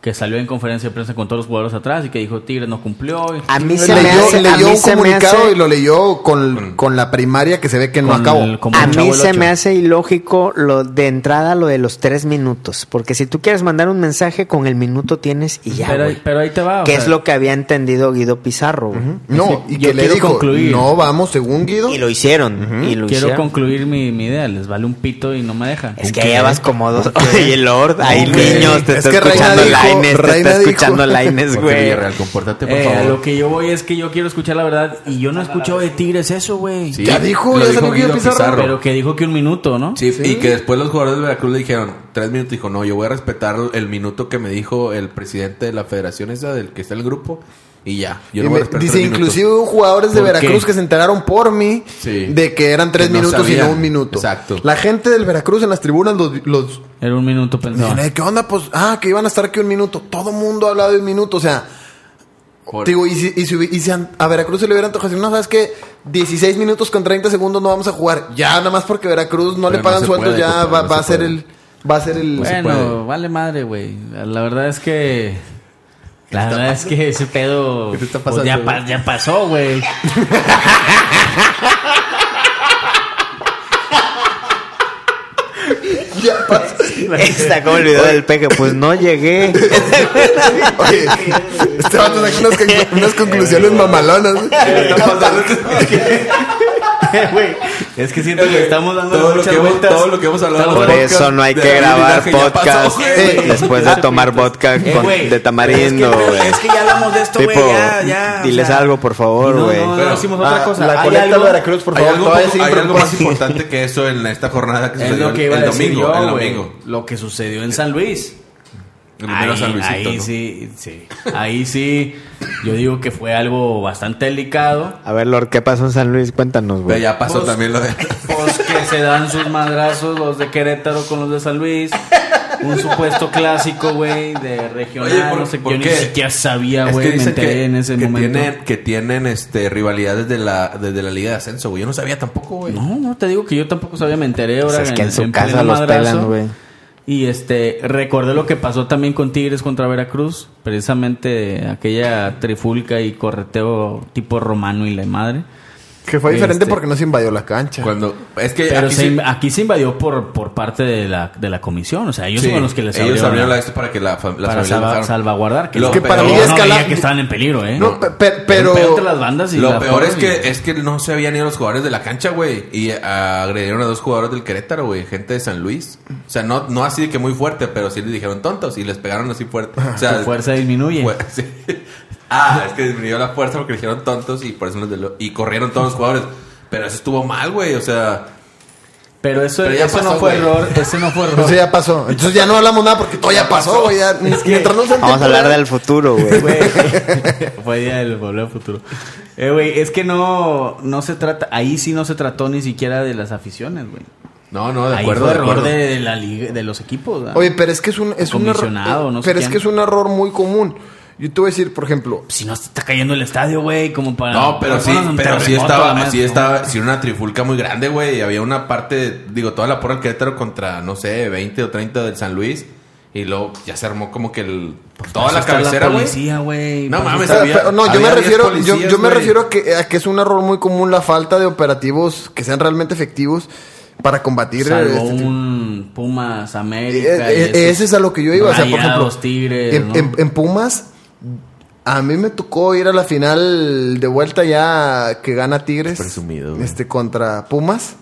que salió en conferencia de prensa con todos los jugadores atrás y que dijo Tigres no cumplió. y-
A mí se me
leyó
hace, a
leyó
mí
un
se me
comunicado
hace-
y lo leyó con, con la primaria que se ve que no
con
acabó.
el- como
A
el Chavo
mí
del
se
Ocho.
me hace ilógico lo de entrada lo de los tres minutos, porque si tú quieres mandar un mensaje con el minuto tienes y ya.
Pero,
güey.
pero ahí te va. ah, o
que
sea,
es lo que había entendido Guido Pizarro, güey.
No, y
Yo
que le
quiero
dijo,
concluir.
no vamos, según Guido.
Y lo hicieron. Y lo
Quiero
hicieron.
concluir mi, mi idea. Les vale un pito y no me dejan. Eh,
Es
¿Con
que
qué?
allá vas como dos. Oye, Lord, hay
Ok.
niños, te
Es
está
que Reina
escuchando
dijo-
Laines, te
Reina
está
dijo.
escuchando Laines,
Jorge
güey.
Villarreal, compórtate,
este,
por
Eh, a
favor.
lo que yo voy es que yo quiero escuchar la verdad y yo no he escuchado de Tigres eso, güey.
Sí,
Ya dijo,
lo
ya salió Guido Pizarro.
Pero que dijo que un minuto, ¿no?
Sí, y que después los jugadores de Veracruz le dijeron tres minutos. Dijo, no, yo voy a respetar el minuto que me dijo el presidente de la federación esa, del que está en el grupo, y ya. Yo
Y
no voy a
me-
respetar
dice,
tres minutos.
inclusive hubo jugadores de
¿Por
Veracruz
qué?
que se enteraron por mí
Sí.
de que eran tres
Que no
minutos y
sabían.
no un minuto.
Exacto.
La gente del Veracruz en las tribunas los, los
Era un minuto pensado.
dicen, "Eh, ¿qué onda? Pues, ah, que iban a estar aquí un minuto. Todo mundo ha hablado de un minuto, o sea...
Por-
Digo, y si, y si hubi- y si an- a Veracruz se le hubiera antojado, decir, no, sabes que 16 minutos con 30 segundos no vamos a jugar. Ya, nada más porque Veracruz no
Pero
le
no
pagan
se
sueldos,
puede,
ya
compadre,
va,
no
va
se
a ser
puede.
el. Va a ser el.
Bueno, vale madre, güey. La verdad es que. La verdad es que ese pedo.
¿Qué te está
pues,
pasando,
ya,
güey?
pa- ya pasó, güey.
Ya pasó.
Está como el video del peje, pues no llegué.
Oye, este vato saca unas, conc- unas conclusiones mamalonas.
Eh, Güey, es que siento que estamos dando
Eh, todo lo,
muchas
que hemos,
vueltas.
todo lo que hemos hablado. en
Por
el podcast
eso no hay
de
que
David
grabar
Linaje ya pasó,
podcast
güey.
después de tomar vodka
Eh,
con-
güey,
de tamarindo,
es que-
güey.
Es que ya hablamos de esto, güey.
Tipo,
Ya, ya. o
diles
sea,
algo, por favor,
no,
güey.
No, no,
Pero-
hicimos otra cosa.
La
Hay
colecta de
algo-
Veracruz, por
Hay
favor,
algo,
todavía
poco-
sigue
hay algo
preocupada.
más importante que eso en esta jornada que
Es
sucedió
lo que iba
el,
a
el
decir
domingo.
yo,
el
güey.
domingo.
Lo que sucedió en San Luis.
El primero San Luisito,
ahí
¿no?
sí, sí. Ahí sí, yo digo que fue algo bastante delicado.
A ver, Lord, ¿qué pasó en San Luis? Cuéntanos,
Pero
güey.
ya pasó
Pues-
también lo de...
Pues que se dan sus madrazos los de Querétaro con los de San Luis. un supuesto clásico, güey, de regional.
Oye, ¿por-
no sé,
por
yo ni
qué?
siquiera sabía,
Es
güey.
que
me
dicen
enteré
que,
en ese
que
momento.
tienen, que tienen este, rivalidades de la, desde la Liga de Ascenso, güey. Yo no sabía tampoco, güey.
No, no, te digo que yo tampoco sabía, me enteré ahora.
Pues es que en su casa
pleno
los
madrazo.
pelan, güey.
Y este, recordé lo que pasó también con Tigres contra Veracruz, precisamente aquella trifulca y correteo tipo romano y la madre.
Eh,
Que fue diferente
Este-
porque no se invadió la cancha.
Cuando, es que
Pero
aquí
se
sí-
in- aquí se invadió por, por parte de la, de la comisión, o sea, ellos
sí,
fueron los que les
ellos
abrieron
abrieron
la-
la esto para que la, fam- las
para
familias
salva-
bajaran.
salvaguardar, que,
Lo
los-
que para
yo
mí es
no
que
veía
la-
que estaban en peligro, ¿eh?
No, pe- pe- pero-
Eran peor de las bandas y
Lo
la
peor es
forma y-
que, es que no se habían ido los jugadores de la cancha, güey. Y agredieron a dos jugadores del Querétaro, güey. Gente de San Luis. O sea, no, no así de que muy fuerte, pero sí les dijeron tontos y les pegaron así fuerte. O sea,
tu fuerza disminuye.
fue- sí. Ah, es que disminuyó la fuerza porque le dijeron tontos y por eso los de lo- Y corrieron todos los jugadores. Pero eso estuvo mal, güey. O sea,
Pero eso,
Pero ya
eso
pasó,
no fue
güey.
error, ese no fue error.
Entonces Pues ya pasó. Entonces ya no hablamos nada porque todo ya pasó, güey. Ya, ni- mientras no se
Vamos a hablar del futuro, güey.
Güey. Fue día del pueblo futuro. Eh, güey, es que no, no se trata, ahí sí no se trató ni siquiera de las aficiones, güey.
no, no, de
Ahí
acuerdo.
fue
de
error
acuerdo.
de, de la liga, de los equipos. ¿verdad?
Oye, pero es que es un, es un error. eh,
Comisionado, no sé
pero es
quién.
que es un error muy común. Yo te voy a decir, por ejemplo,
si no se está cayendo el estadio, güey, como para.
No, pero
para
sí,
ponernos un
pero sí
terremoto,
estaba,
además,
sí
¿no?
estaba, sí una trifulca muy grande, güey. y Había una parte, digo, toda la porra del Querétaro contra, no sé, 20 o 30 del San Luis. Y luego ya se armó como que el, toda
Para
la
eso está
cabecera, güey.
policía, güey.
No
para eso
mames,
está-
había-
Pues, Pero no, yo
había
me
diez
refiero,
policías,
yo, yo me
güey.
refiero a que, a que es un error muy común la falta de operativos que sean realmente efectivos para combatir
Salvo
este tipo.
un Pumas América.
Eh, eh,
y esos
ese es a lo que yo iba, o sea, por
rayados,
ejemplo,
Tigres,
en,
¿no?
en- en Pumas, a mí me tocó ir a la final de vuelta ya que gana Tigres.
Presumido, güey.
Este contra Pumas.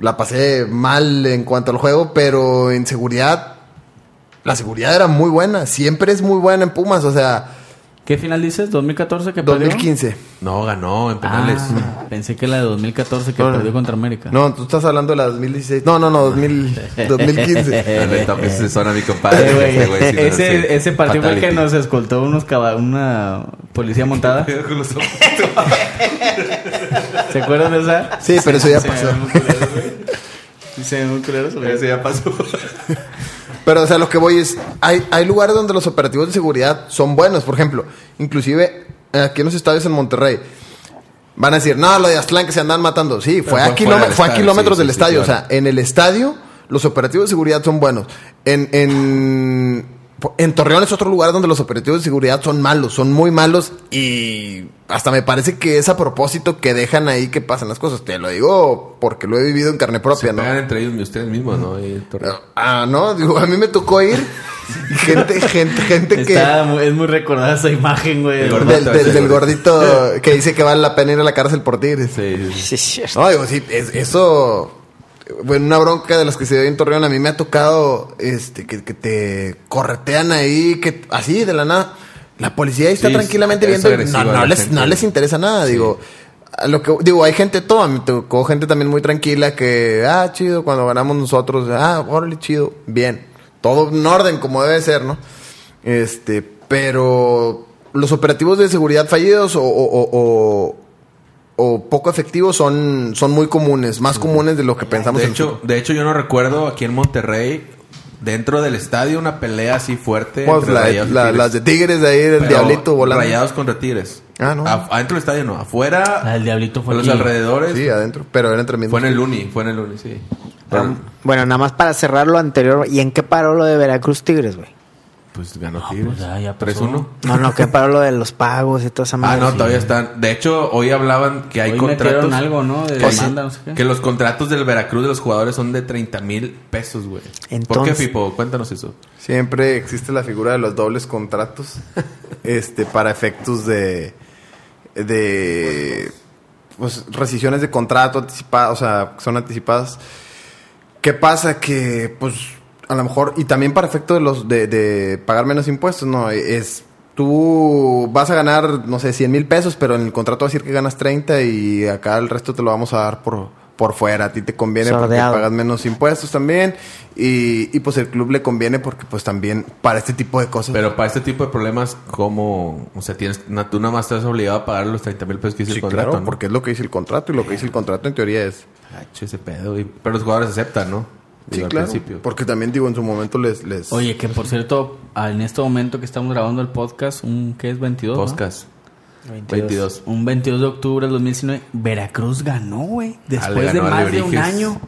La pasé mal en cuanto al juego, pero en seguridad. La seguridad era muy buena. Siempre es muy buena en Pumas. O sea,
¿Qué final dices? ¿2014 que perdió?
2015.
No, ganó en
Ah,
penales.
pensé que la de 2014 que
No, no.
perdió contra América.
No, tú estás hablando de la 2016. No, no, no, 2000, 2015.
No le toques ese son a mi
Eh,
compadre.
güey,
ese, güey, sí, no,
ese,
sí.
ese partido fue el que
Fatality.
nos escoltó unos caba- una policía montada.
Con los ojos.
¿Se acuerdan de esa?
Sí, pero eso ya
Sí,
pasó.
se ven muy culeros, güey. Sí, se ven muy culeros, güey.
Ese ya pasó.
Pero, o sea, lo que voy es, hay, hay lugares donde los operativos de seguridad son buenos. Por ejemplo, inclusive eh, aquí en los estadios en Monterrey. Van a decir, no, lo de Aztlán que se andan matando. Sí,
fue
fue, a,
fuera
kilóme-
del
fue a
estadio,
kilómetros
sí,
del
sí, sí,
estadio.
claro.
O sea, en el estadio los operativos de seguridad son buenos. En, en, en Torreón es otro lugar donde los operativos de seguridad son malos, son muy malos y hasta me parece que es a propósito que dejan ahí que pasan las cosas. Te lo digo porque lo he vivido en carne propia,
Se
¿no?
pegan entre ellos ustedes mismos, ¿no? Y Torreón.
No. Ah, no, digo, a mí me tocó ir. Y gente, gente, gente que.
Está muy- es muy recordada esa imagen, güey.
El
del
gordito.
del, del- del gordito que dice que vale la pena ir a la cárcel por tigres.
Sí, sí, sí.
Sí, es cierto.
No, digo, sí, es- eso. Bueno, una bronca de las que se dio en Torreón, a mí me ha tocado este, que, que te corretean ahí, que así de la nada. La policía ahí está
Sí,
tranquilamente
es
viendo. y
agresiva
No, no
la
les,
gente.
no les interesa nada, digo. a Lo que, digo, hay gente toda, me tocó gente también muy tranquila que, ah, chido, cuando ganamos nosotros, ah, órale, chido, bien. Todo en orden, como debe ser, ¿no? Este, pero los operativos de seguridad fallidos o, o- o- o- o poco efectivos son, son muy comunes, más comunes de lo que pensamos.
De
en-
hecho, de hecho, yo no recuerdo aquí en Monterrey, dentro del estadio, una pelea así fuerte.
Pues,
entre
la-
Rayados y
la-
Tigres.
las de Tigres de ahí, del
Pero
Diablito volando.
Rayados contra Tigres.
Ah, no.
Af- adentro del estadio no, afuera.
Ah, el Diablito fue
a los
aquí.
alrededores.
Sí, adentro, pero era entre mismos.
pues. fue en el Uni, fue en el Uni, sí. Pero,
Oh, Bueno, nada más para cerrar lo anterior, ¿y en qué paró lo de Veracruz Tigres, güey?
pues ganó
Ah,
Tigres.
pues, ya, ya pasó.
3-1.
No, no, ¿qué paró lo de los pagos y toda esa
Ah,
madre?
no, todavía están. De hecho, hoy hablaban que hay
Hoy
contratos.
metieron algo, ¿no? De
Pues sí.
demanda, no sé qué.
Que los contratos del Veracruz de los jugadores son de 30 mil pesos, güey. ¿Por qué,
Entonces-
Pipo? Cuéntanos eso.
Siempre existe la figura de los dobles contratos este, para efectos de, de pues, rescisiones de contrato anticipadas, o sea, que son anticipadas. ¿Qué pasa? Que, pues, a lo mejor, y también para efecto de, los, de, de pagar menos impuestos, ¿no? Es, tú vas a ganar, no sé, 100 mil pesos, pero en el contrato va a decir que ganas 30 y acá el resto te lo vamos a dar por, por fuera. A ti te conviene
Sordeado.
porque pagas menos impuestos también. Y, y, pues el club le conviene porque pues también para este tipo de cosas.
Pero para este tipo de problemas, ¿cómo? O sea, tienes, na- tú nada más estás obligado a pagar los 30 mil pesos que dice
sí,
el contrato.
claro,
¿no? Ah,
porque es lo que dice el contrato y lo que dice el contrato en teoría es...
Cacho ese pedo, güey. Pero los jugadores aceptan, ¿no?
Sí,
al
claro.
principio.
Porque también, digo, en su momento les... les...
Oye, que por cierto, a- en este momento que estamos grabando el podcast, un que es 22, ¿no?
Podcast.
22. Un 22 de octubre del 2019, Veracruz ganó, güey. Después de
ganó al
más de un
Lebrijes.
año,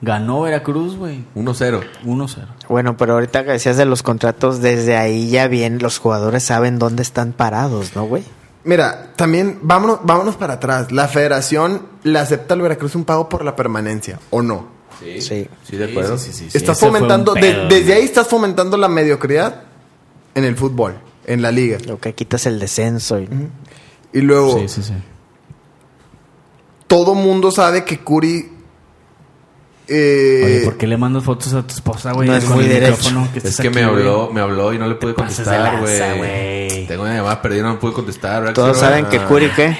ganó Veracruz, güey.
1-0.
1-0.
Bueno, pero ahorita que decías de los contratos, desde ahí ya bien los jugadores saben dónde están parados, ¿no, güey?
Mira, también vámonos, vámonos para atrás. ¿La federación le acepta al Veracruz un pago por la permanencia o no?
Sí.
Sí.
Sí, de acuerdo.
estás
ese fue un
fomentando, de-
pedo,
desde
güey.
ahí estás fomentando la mediocridad en el fútbol, en la liga.
Lo que quitas el descenso. y-
Y luego,
Sí, sí, sí.
todo mundo sabe que Curi... eh,
Oye, ¿por qué le mandas fotos a tu esposa, güey?
No es
Con
muy
el
derecho.
micrófono
Es
estás
que me
aquí, güey.
habló, me habló y no le pude
pasas de
contestar,
lanza,
güey.
güey.
Tengo una llamada perdida, no pude contestar. ahora
Todos
quiero-
saben que Curi, ¿qué?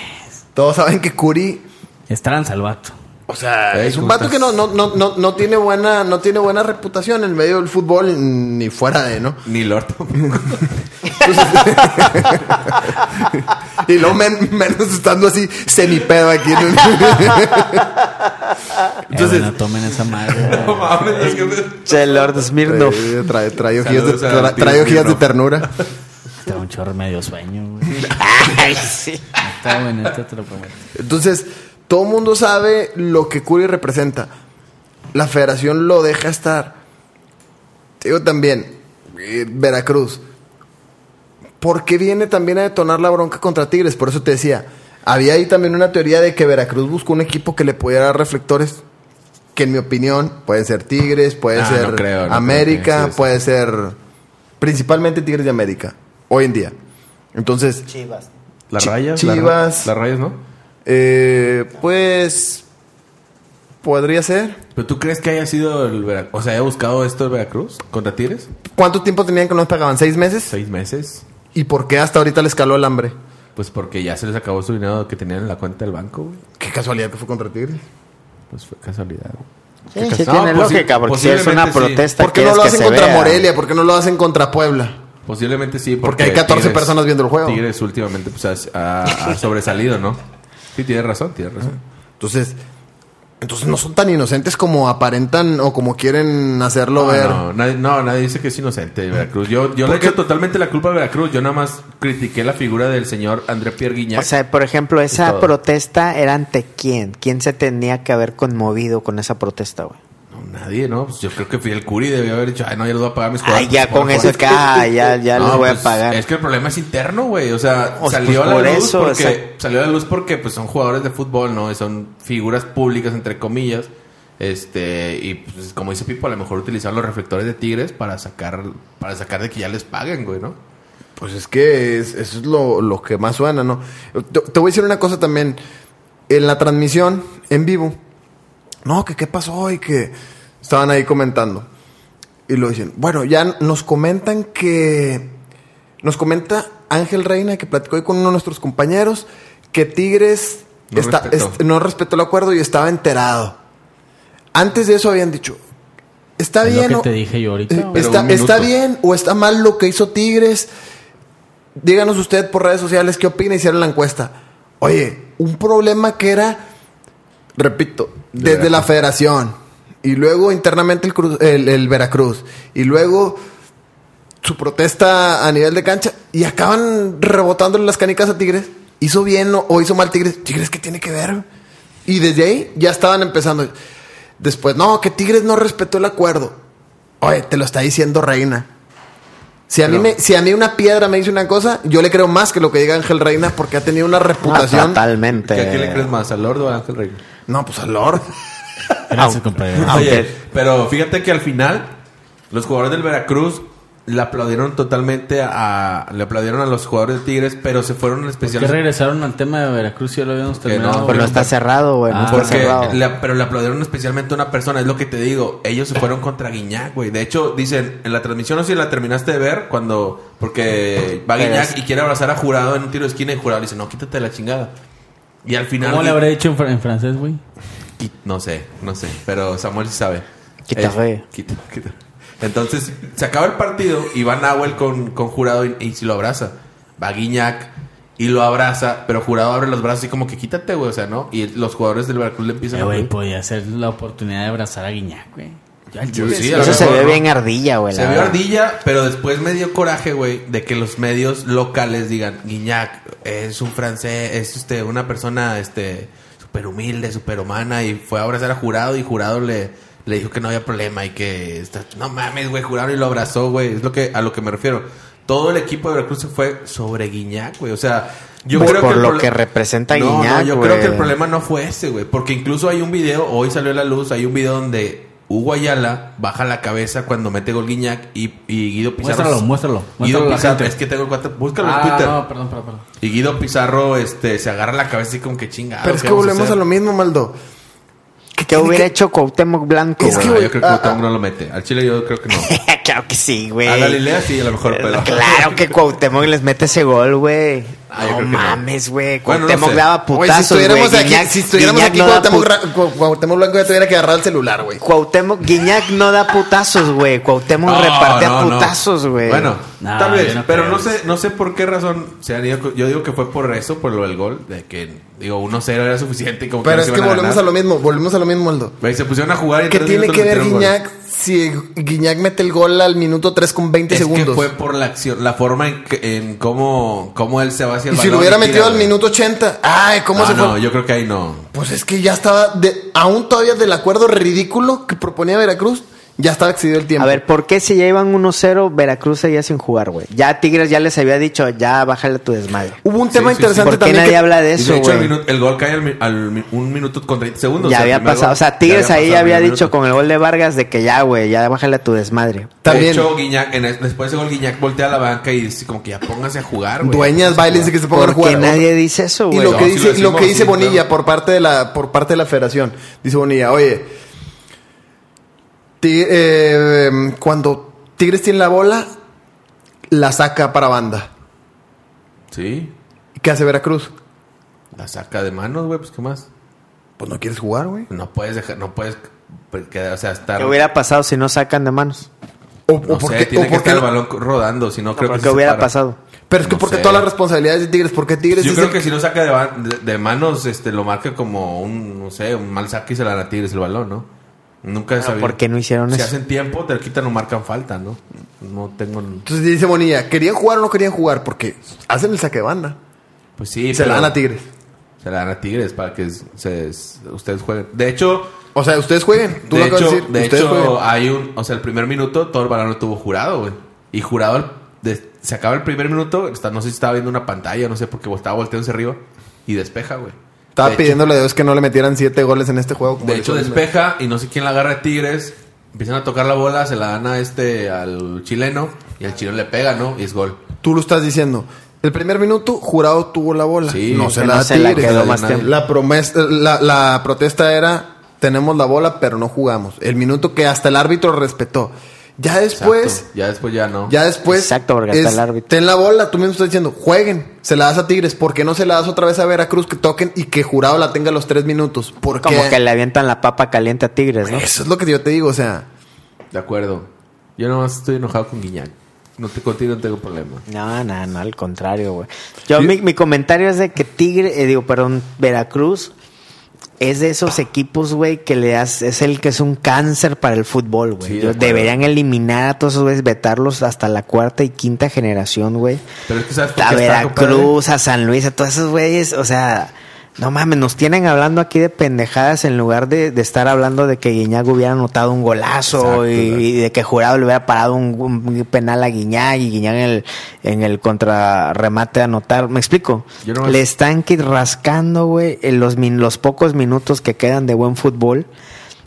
Todos saben que Curi...
Es trans el vato.
O sea,
Ey,
es un
¿cómo
vato
estás?
que no, no, no, no, no tiene buena, no tiene buena reputación en medio del fútbol ni fuera de, ¿no?
Ni Lord.
Y luego men- menos estando así semipedo aquí. en
Entonces,
Entonces-
no tomen esa madre. güey.
mames, es que me-
Che, Lord Smirnoff.
un- Trae, trae hojillas de,
Saludos a
tra-
Tío
trae hojillas de
Pirro.
ternura.
Está un chorro medio sueño, güey.
Ay, sí.
Está bueno, esto te lo prometo.
Entonces, todo el mundo sabe lo que Curry representa. La federación lo deja estar. Te Digo también, eh, Veracruz. ¿Por qué viene también a detonar la bronca contra Tigres? Por eso te decía, había ahí también una teoría de que Veracruz buscó un equipo que le pudiera dar reflectores. Que en mi opinión pueden ser Tigres, puede
Ah,
ser
no creo, no creo
América,
que- sí, sí.
puede ser principalmente Tigres de América, hoy en día. Entonces,
Chivas.
Las
Chi-
rayas.
Chivas.
Las ra- las rayas, ¿no?
eh, pues podría ser.
¿Pero tú crees que haya sido el Veracruz? O sea, ¿haya buscado esto el Veracruz contra Tigres?
¿Cuánto tiempo tenían que no les pagaban? ¿Seis meses?
¿Seis meses?
¿Y por qué hasta ahorita les caló el hambre?
Pues porque ya se les acabó su dinero que tenían en la cuenta del banco, güey.
Qué casualidad que fue contra Tigres.
Pues fue casualidad.
Sí, sí
No,
tiene
posi-
lógica, porque si es una
posiblemente sí.
protesta
¿Por qué no
quieres
lo
que
hacen
se
contra
vea.
Morelia? ¿Por qué no lo hacen contra Puebla?
Posiblemente sí.
Porque hay 14 personas viendo el juego.
Tigres últimamente pues, ha, ha- ha sobresalido, ¿no? Sí, tienes razón, tienes razón.
Ah. Entonces, entonces no son tan inocentes como aparentan o como quieren hacerlo
No,
ver.
Ah, no, nadie, no, nadie dice que es inocente Veracruz. Yo, yo le
Porque-
echo totalmente la culpa a Veracruz. Yo nada más critiqué la figura del señor André Pierre Guignac.
O sea, por ejemplo,
Y
esa
todo.
protesta era ante quién? ¿Quién se tenía que haber conmovido con esa protesta, güey?
No, nadie, ¿no? Pues yo creo que Fidel Curi debió haber dicho, ay, no, yo les voy a pagar mis
Ay,
cuadros.
ya con eso que, ah, ya, ya
Pues, No,
los voy
pues,
a pagar.
Es que el problema es interno, güey. O sea,
O sea,
salió
pues,
a
por
la luz
eso,
porque
exacto.
salió a la luz porque pues son jugadores de fútbol, ¿no? Y son figuras públicas entre comillas. Este, y pues, como dice Pipo, a lo mejor utilizaron los reflectores de Tigres para sacar para sacar de que ya les paguen, güey, ¿no?
Pues es que es- eso es lo, lo que más suena, ¿no? Te, te voy a decir una cosa también. En la transmisión, en vivo. No, que qué pasó y que estaban ahí comentando. Y lo dicen. Bueno, ya nos comentan que... Nos comenta Ángel Reina, que platicó hoy con uno de nuestros compañeros, que Tigres
No
está-
respetó.
est- no respetó el acuerdo y estaba enterado. Antes de eso habían dicho... Está
Es
bien,
lo
¿no?
que te dije yo ahorita.
Eh,
güey.
pero
está,
un minuto.
está bien o está mal lo que hizo Tigres? Díganos usted por redes sociales qué opina. Hicieron la encuesta. Oye, un problema que era, repito,
De
desde la federación y luego internamente el, Cruz- el- el Veracruz y luego su protesta a nivel de cancha y acaban rebotándole las canicas a Tigres. ¿Hizo bien o, o hizo mal Tigres? ¿Tigres qué tiene que ver? Y desde ahí ya estaban empezando. Después, no, que Tigres no respetó el acuerdo. Oye, te lo está diciendo Reina. Si a, mí me, si a mí una piedra me dice una cosa, yo le creo más que lo que diga Ángel Reina porque ha tenido una
No,
reputación.
¿Que ¿A quién le crees
totalmente.
más? ¿Al Lord o a Ángel Rey?
no, pues al Lord.
Gracias, compadre.
Ah,
Oye,
ok.
pero fíjate que al final los jugadores del Veracruz le aplaudieron totalmente a le aplaudieron a los jugadores de Tigres, pero se fueron en
¿Por qué
especial
regresaron al tema de Veracruz si ya lo habíamos
Que no,
terminado?
Pero no está cerrado, güey. No
Ah,
está
Porque
cerrado.
le- pero le aplaudieron especialmente a una persona, es lo que te digo. Ellos se fueron contra Guiñac, güey. De hecho, dicen, en la transmisión, no sé si la terminaste de ver, cuando. Porque va
Pero
Guiñac
es-
y quiere abrazar a jurado en un tiro de esquina y jurado le dice, no, quítate la chingada. Y al final.
¿Cómo le
Gui-
habré dicho en, fr- en francés, güey?
Qui- No sé, no sé. Pero Samuel sí sabe.
Quita, güey.
quita, quita. Entonces, se acaba el partido y va Nahuel con, con Jurado y, y si lo abraza. Va Guiñac y lo abraza, pero Jurado abre los brazos y como que quítate, güey. O sea, ¿no? Y los jugadores del Veracruz le empiezan
Eh,
a...
güey,
pedir.
podía ser la oportunidad de abrazar a Guiñac, güey.
Yo sí, a lo
Eso se
mejor,
ve
¿no?
bien ardilla, güey.
Se
la
vio
verdad.
ardilla, pero después me dio coraje, güey, de que los medios locales digan, Guiñac es un francés, es este, una persona este súper humilde, súper humana, y fue a abrazar a jurado y jurado le, le dijo que no había problema y que, está- no mames, güey, jurado y lo abrazó, güey, es lo que, a lo que me refiero. Todo el equipo de Veracruz se fue sobre Guiñac, güey, o sea... Yo
Pues
creo
por
que el
lo
prole-
que representa
No,
Guiñac,
No, yo
güey.
creo que el problema no fue ese, güey. Porque incluso hay un video, hoy salió a la luz, hay un video donde Hugo Ayala baja la cabeza cuando mete gol Guiñac y, y Guido Pizarro.
Muéstralo, muéstralo.
Guido
Muéstralo a la
Pizarro,
gente.
es que tengo el cuate, búscalo en
Ah,
Twitter.
no, perdón, perdón, perdón.
Y Guido Pizarro este, se agarra la cabeza y como que chingada.
Pero es que volvemos a, lo mismo, Maldo.
¿Qué, hubiera hecho Cuauhtémoc Blanco,
Es
güey?
que,
yo
güey,
creo que
ah,
Cuauhtémoc
ah.
no lo mete. Al Chile yo creo que no.
Ah, claro que sí, güey. Eh,
A Galilea sí, a lo mejor, pero.
Claro que Cuauhtémoc les mete ese gol, güey.
Ah, yo
no
creo que no.
mames, güey.
Bueno, no
Cuauhtémoc
sé.
daba
Güey,
putazos,
si estuviéramos
güey.
aquí,
Guiñac-
si estuviéramos
Guiñac
aquí,
no da
Cuauhtémoc,
put-
Ra- Cu- Cuauhtémoc Blanco ya tuviera que agarrar el celular, güey.
Cuauhtémoc, Guiñac no da putazos, güey. Cuauhtémoc
No,
reparte
no,
a
no.
putazos, güey.
Bueno,
Nah,
tal vez,
yo no
pero
creo
no
eso.
sé, no sé por qué razón se han ido. co- Yo digo que fue por eso, por lo del gol, de que digo 1-0 era suficiente y como
Pero
no
es
se
que
iban a
volvemos
ganar.
a lo mismo, volvemos a lo mismo, Maldo.
Güey, se pusieron a jugar y en
¿Qué
tres
tiene
minutos
que ver
metieron gol.
Guiñac si Guiñac mete el gol al minuto 3 con 20
Es que
segundos?
fue por la acción, la forma en, que- en cómo, cómo él se va hacia el
Y si
balón
lo hubiera
tira,
metido al
güey.
minuto 80. Ay, ¿cómo
No,
se
no,
fue?
yo creo que ahí no.
Pues es que ya estaba, de, aún todavía del acuerdo ridículo que proponía Veracruz, ya estaba excedido el tiempo.
A ver, ¿por qué si ya iban 1-0, Veracruz seguía sin jugar, güey? Ya Tigres ya les había dicho, ya bájale tu desmadre.
hubo un tema
sí, sí,
interesante
¿Por qué
también.
nadie
que-
habla de
Y
eso,
de hecho, el,
güey?
minu- el gol cae al, mi- al mi- un minuto con 30 segundos. o
Ya
sea, el
había
primer
pasado.
gol
O sea,
ya
Tigres ahí ya
pasado
había
el
dicho
minuto.
con el gol de Vargas de que ya, güey, ya bájale a tu desmadre.
También.
De hecho, Guiñac, en es- después de ese gol, Guiñac voltea a la banca y dice como que ya póngase a jugar, güey.
Dueñas baile dice que se pongan a
Porque
jugar.
nadie dice eso,
Y
güey.
lo
No,
que
sí
dice,
lo
y lo
decimos,
que dice
sí,
Bonilla
claro.
por parte de la, por parte de la federación. Dice Bonilla, oye, ti- eh, cuando Tigres tiene la bola, la saca para banda.
Sí,
¿Qué hace Veracruz?
la saca de manos, güey, pues qué más.
Pues no quieres jugar, güey.
No puedes dejar, no puedes quedar, o sea, estar.
¿Qué hubiera pasado si no sacan de manos?
O,
No
o por
sé,
qué-
tiene
o
que
por qué
estar el
no-
balón rodando, si no creo que
Porque
se
hubiera
separa.
pasado.
Pero es que
No
porque
sé.
todas las responsabilidades de Tigres, porque Tigres
Yo
es
creo
el-
que si lo saca de, ba- de- de manos, este, lo marca como un, no sé, un mal saque y se la dan a Tigres el balón, ¿no? Nunca he sabido.
¿por qué Ah, no hicieron
si
eso?
hacen tiempo, te lo quitan o marcan falta, ¿no? No tengo...
Entonces dice Bonilla, ¿querían jugar o no querían jugar? Porque hacen el saque de banda.
Pues sí,
Y se la
pero-
dan a Tigres.
Se la dan a Tigres para que se, ustedes jueguen. De hecho,
O sea, ustedes jueguen. Tú
de
lo acabas de
hecho,
decir.
de
ustedes
hecho, ah,
jueguen.
hay un... O sea, el primer minuto todo el balón lo tuvo jurado, güey. Y jurado, al- de- se acaba el primer minuto, está- no sé si estaba viendo una pantalla, no sé, porque estaba volteando hacia arriba y despeja, güey.
Estaba
De hecho-
pidiéndole a Dios que no le metieran siete goles en este juego. como
De
le
hecho,
hizo-
despeja y no sé quién la agarra de Tigres. Empiezan a tocar la bola, se la dan a este, al chileno. Y al chileno le pega, ¿no? Y es gol.
Tú lo estás diciendo. El primer minuto, jurado tuvo la bola.
Sí,
no se
que
la
no
da
se la
Tigres.
quedó
La-
más tiempo.
la, promesa- la, la protesta era: tenemos la bola, pero no jugamos. El minuto que hasta el árbitro respetó. Ya
Exacto.
después.
ya después ya no.
Ya después.
Exacto, porque hasta el árbitro.
Ten la bola, tú mismo estás diciendo, jueguen. Se la das a Tigres. ¿Por qué no se la das otra vez a Veracruz que toquen y que jurado la tenga los tres minutos? Porque.
Como que le avientan la papa caliente a Tigres, ¿no?
Eso es lo que yo te digo, o sea.
De acuerdo. Yo nomás estoy enojado con Guiñán. No te contigo, no tengo problema.
No, no, no, al contrario, güey. Yo, mi, mi comentario es de que Tigre, eh, digo, perdón, Veracruz es de esos equipos, güey, que le das, es el que es un cáncer para el fútbol, güey.
Sí, de
Ellos
acuerdo.
deberían eliminar a todos esos güeyes, vetarlos hasta la cuarta y quinta generación, güey.
Pero es que sabes por
A
qué está,
Veracruz, a San Luis, a todos esos güeyes, o sea, no mames, nos tienen hablando aquí de pendejadas en lugar de, de estar hablando de que Guiñac hubiera anotado un
Exacto,
golazo y,
güey.
y de que Jurado le hubiera parado un, un penal a Guiñac y Guiñac en el, en el contrarremate a anotar. ¿Me explico?
Yo nomás-
Le están qui- rascando, güey, en los, min- los pocos minutos que quedan de buen fútbol.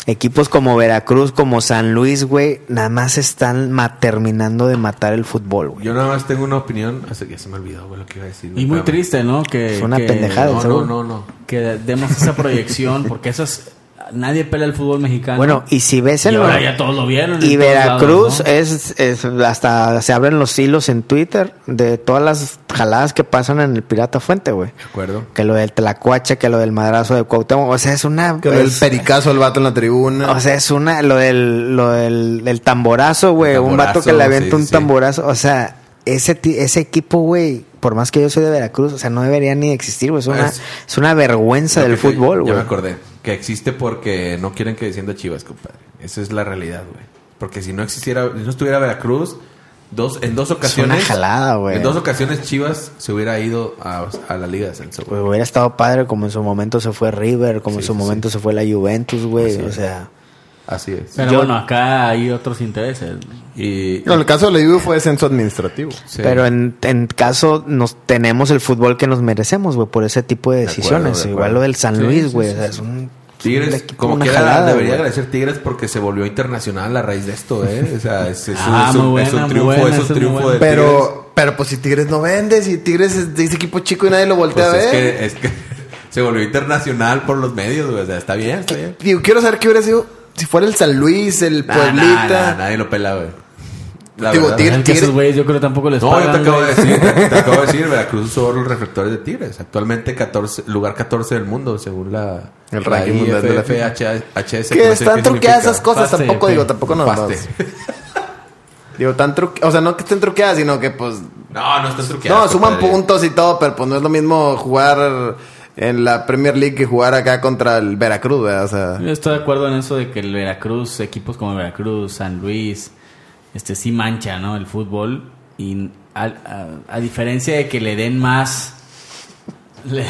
Equipos como Veracruz, como San Luis, güey, nada más están ma- terminando de matar el fútbol, güey.
Yo nada más tengo una opinión. Hasta que ya se me olvidó, güey, lo que iba a decir.
Y muy
Espérame.
triste, ¿no? Que,
Es una
que-
pendejada,
No, no,
seguro.
no, no.
Que demos esa proyección, porque eso es... Nadie pela el fútbol mexicano.
Bueno, y si ves
Y
el
ahora ya todos lo vieron.
Y
en todos
Veracruz
lados,
eh,
¿no?
es, es- hasta se abren los hilos en Twitter de todas las jaladas que pasan en el Pirata Fuente, güey.
De acuerdo.
Que lo del Tlacuache, que lo del madrazo de Cuauhtémoc, o sea, es una
Que el
es-
pericazo al vato en la tribuna.
o sea, es una lo del lo del el tamborazo, güey,
El
un vato que
tamborazo,
le avienta
sí,
un
sí.
tamborazo, o sea, ese ti- ese equipo, güey, por más que yo soy de Veracruz, o sea, no debería ni existir, güey, es una
Es-
es, una vergüenza
Lo
del
que te-
fútbol,
Ya
güey.
me acordé. Que existe porque no quieren que descienda Chivas, compadre. Esa es la realidad, güey. Porque si no existiera, si no estuviera Veracruz, dos, en dos ocasiones.
jalada, güey.
En dos ocasiones Chivas se hubiera ido a, a la Liga de Ascenso, güey.
Güey, Pues hubiera estado padre como en su momento se fue River, como en
Sí,
su
sí,
momento se fue la Juventus, güey.
Así
O
es.
sea,
Así es.
Pero
Yo-
bueno, acá hay otros intereses.
Y.
No, en el caso de la IU fue censo administrativo.
sí.
pero en, en caso nos tenemos el fútbol que nos merecemos, güey, por ese tipo de
acuerdo,
decisiones.
de
Igual
acuerdo.
lo del San
Sí, sí,
Luis,
sí,
güey.
sí,
o sea,
sí.
es un- un
Tigres,
equipo,
como
una
quiera,
jalada,
debería
güey.
agradecer Tigres porque se volvió internacional a raíz de esto, ¿eh? O sea, es, es un,
Ah,
es un-
muy
es un
buena, muy
triunfo, es
buena, es
un
muy
triunfo de
buena.
Tigres.
Pero, pero pues si Tigres no vende, si Tigres es de ese equipo chico y nadie lo voltea
Pues
a
es
ver.
que, es que se volvió internacional por los medios, güey. O sea, está bien, está bien.
Digo, quiero saber qué hubiera sido si fuera el San Luis, el
Nah, nah,
Pueblita.
nah, nadie lo pela, güey. La
Digo,
verdad.
Tigres-
El que
Tigre-
esos güeyes yo creo tampoco les
No, yo te
pagan,
acabo de
güey.
decir, te, te acabo de decir, Veracruz usó los reflectores de Tigres. Actualmente 14, lugar 14 del mundo, según la
El ranking mundial de la FIFA.
FHS.
Que están truqueadas esas cosas,
Faste,
tampoco
ok.
digo, tampoco nos vamos. Digo, tan truque, o sea, no que estén truqueadas, sino que pues
No, no están truqueadas.
no, suman
compadre.
puntos y todo, pero pues no es lo mismo jugar en la Premier League que jugar acá contra el Veracruz, ¿verdad? o sea,
Yo estoy de acuerdo en eso de que el Veracruz, equipos como Veracruz, San Luis, este sí mancha, ¿no? El fútbol. Y a, a- a diferencia de que le den más. le-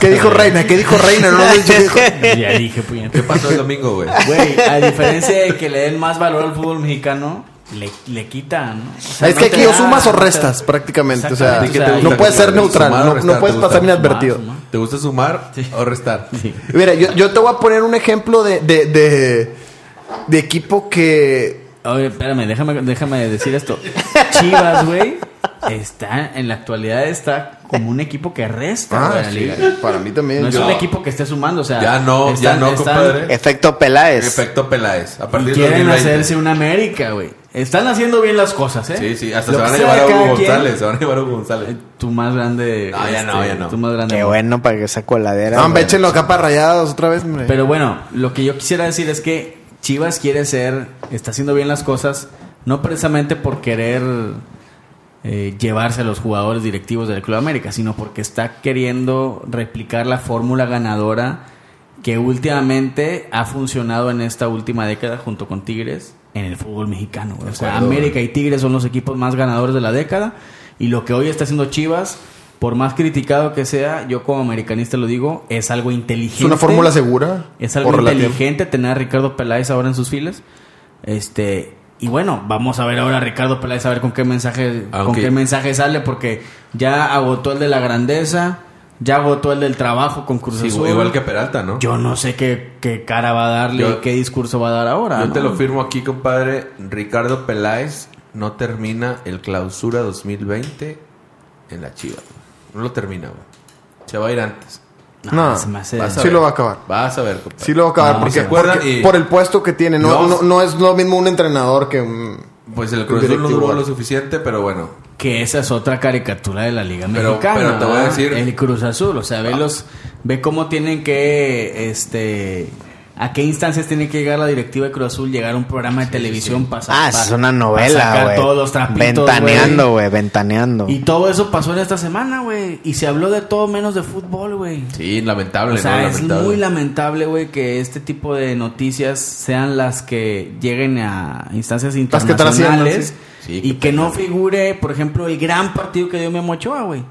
¿qué dijo Reina? ¿Qué dijo Reina? No, no, yo digo-
ya dije, puñeta.
¿Qué pasó el domingo, güey?
Güey, a diferencia de que le den más valor al fútbol mexicano, le, le quitan. ¿no? O sea,
es
no
que
te
aquí o
da-
sumas o
no te-
restas prácticamente, o sea,
Exactamente,
¿Qué te gusta
no
que
puedes
te
ser
gusta?
neutral,
¿Sumar o
no,
restar?
no puedes
¿Te
pasar
gusta?
inadvertido.
Sumar, sumar.
¿Te gusta sumar
Sí.
o restar?
Sí.
Mira, yo, yo te voy a poner un ejemplo de, de, de, de equipo que
Oye, espérame, déjame, déjame decir esto. Chivas, güey, está en la actualidad está como un equipo que
Ah,
resta
Ah,
güey, a la liga.
para mí también.
No es
yo-
un equipo que esté sumando, o sea,
Ya no, ya no, compadre.
Efecto Peláez.
Efecto Peláez. A
Y
partir de
quieren
2020.
hacerse una América, güey. Están haciendo bien las cosas, ¿eh?
Sí, sí, hasta
Lo
se
que
van a
sea
llevar a
de
Hugo
cada quien,
González. Se van a llevar a Hugo González.
eh, Tu más grande. este,
No, ya no, ya no.
Tu más grande.
Qué bueno para que esa coladera.
No, hombre,
güey.
échenlo acá para rayados otra vez, hombre.
Pero bueno, lo que yo quisiera decir es que Chivas quiere ser, está haciendo bien las cosas, no precisamente por querer eh, llevarse a los jugadores directivos del Club América, sino porque está queriendo replicar la fórmula ganadora que últimamente ha funcionado en esta última década junto con Tigres en el fútbol mexicano. güey. O sea, América y Tigres son los equipos más ganadores de la década y lo que hoy está haciendo Chivas, por más criticado que sea, yo como americanista lo digo, es algo inteligente.
¿Es una fórmula segura?
Es
¿O
algo
relativa?
inteligente tener a Ricardo Peláez ahora en sus filas. Este, y bueno, vamos a ver ahora a Ricardo Peláez a ver con qué mensaje con
Aunque-
qué mensaje sale porque ya agotó el de la grandeza, ya agotó el del trabajo con Cruz
Sí,
Azul.
igual que Peralta, ¿no?
yo no sé qué, qué cara va a darle,
Yo-
qué discurso va a dar ahora.
Yo te
¿no?
lo firmo aquí, compadre. Ricardo Peláez no termina el clausura 2020 en la Chiva. No lo termina, güey. Se va a ir antes.
No,
No,
se me hace-
Vas a
sí
ver.
lo va a acabar.
Vas a ver, compadre.
Sí lo va a acabar,
No,
porque,
¿se acuerdan?
porque-
Y-
por el puesto que tiene. No,
Los-
no, no es lo mismo un entrenador que un...
Pues el Cruz Azul no
Directivo,
duró
vale.
lo suficiente, pero bueno.
Que esa es otra caricatura de la Liga
Pero-
Mexicana.
pero te voy a
¿verdad?
decir- Ah.
El Cruz Azul, o sea, ve los, ve cómo tienen que, este, a qué instancias tiene que llegar la directiva de Cruz Azul, llegar a un programa de televisión, pasar.
Ah, esa es una novela,
sacar
güey.
todos los trapitos,
Ventaneando, güey, ventaneando.
güey. Y todo eso pasó en esta semana, güey. Y se habló de todo menos de fútbol, güey.
Sí, lamentable,
O sea,
¿no?
es
Lamentable.
muy lamentable, güey, que este tipo de noticias sean las que lleguen a instancias
Las que trasciendan,
internacionales
sí. Sí,
y
qué
que no figure, por ejemplo, el gran partido que dio Memo Ochoa, güey.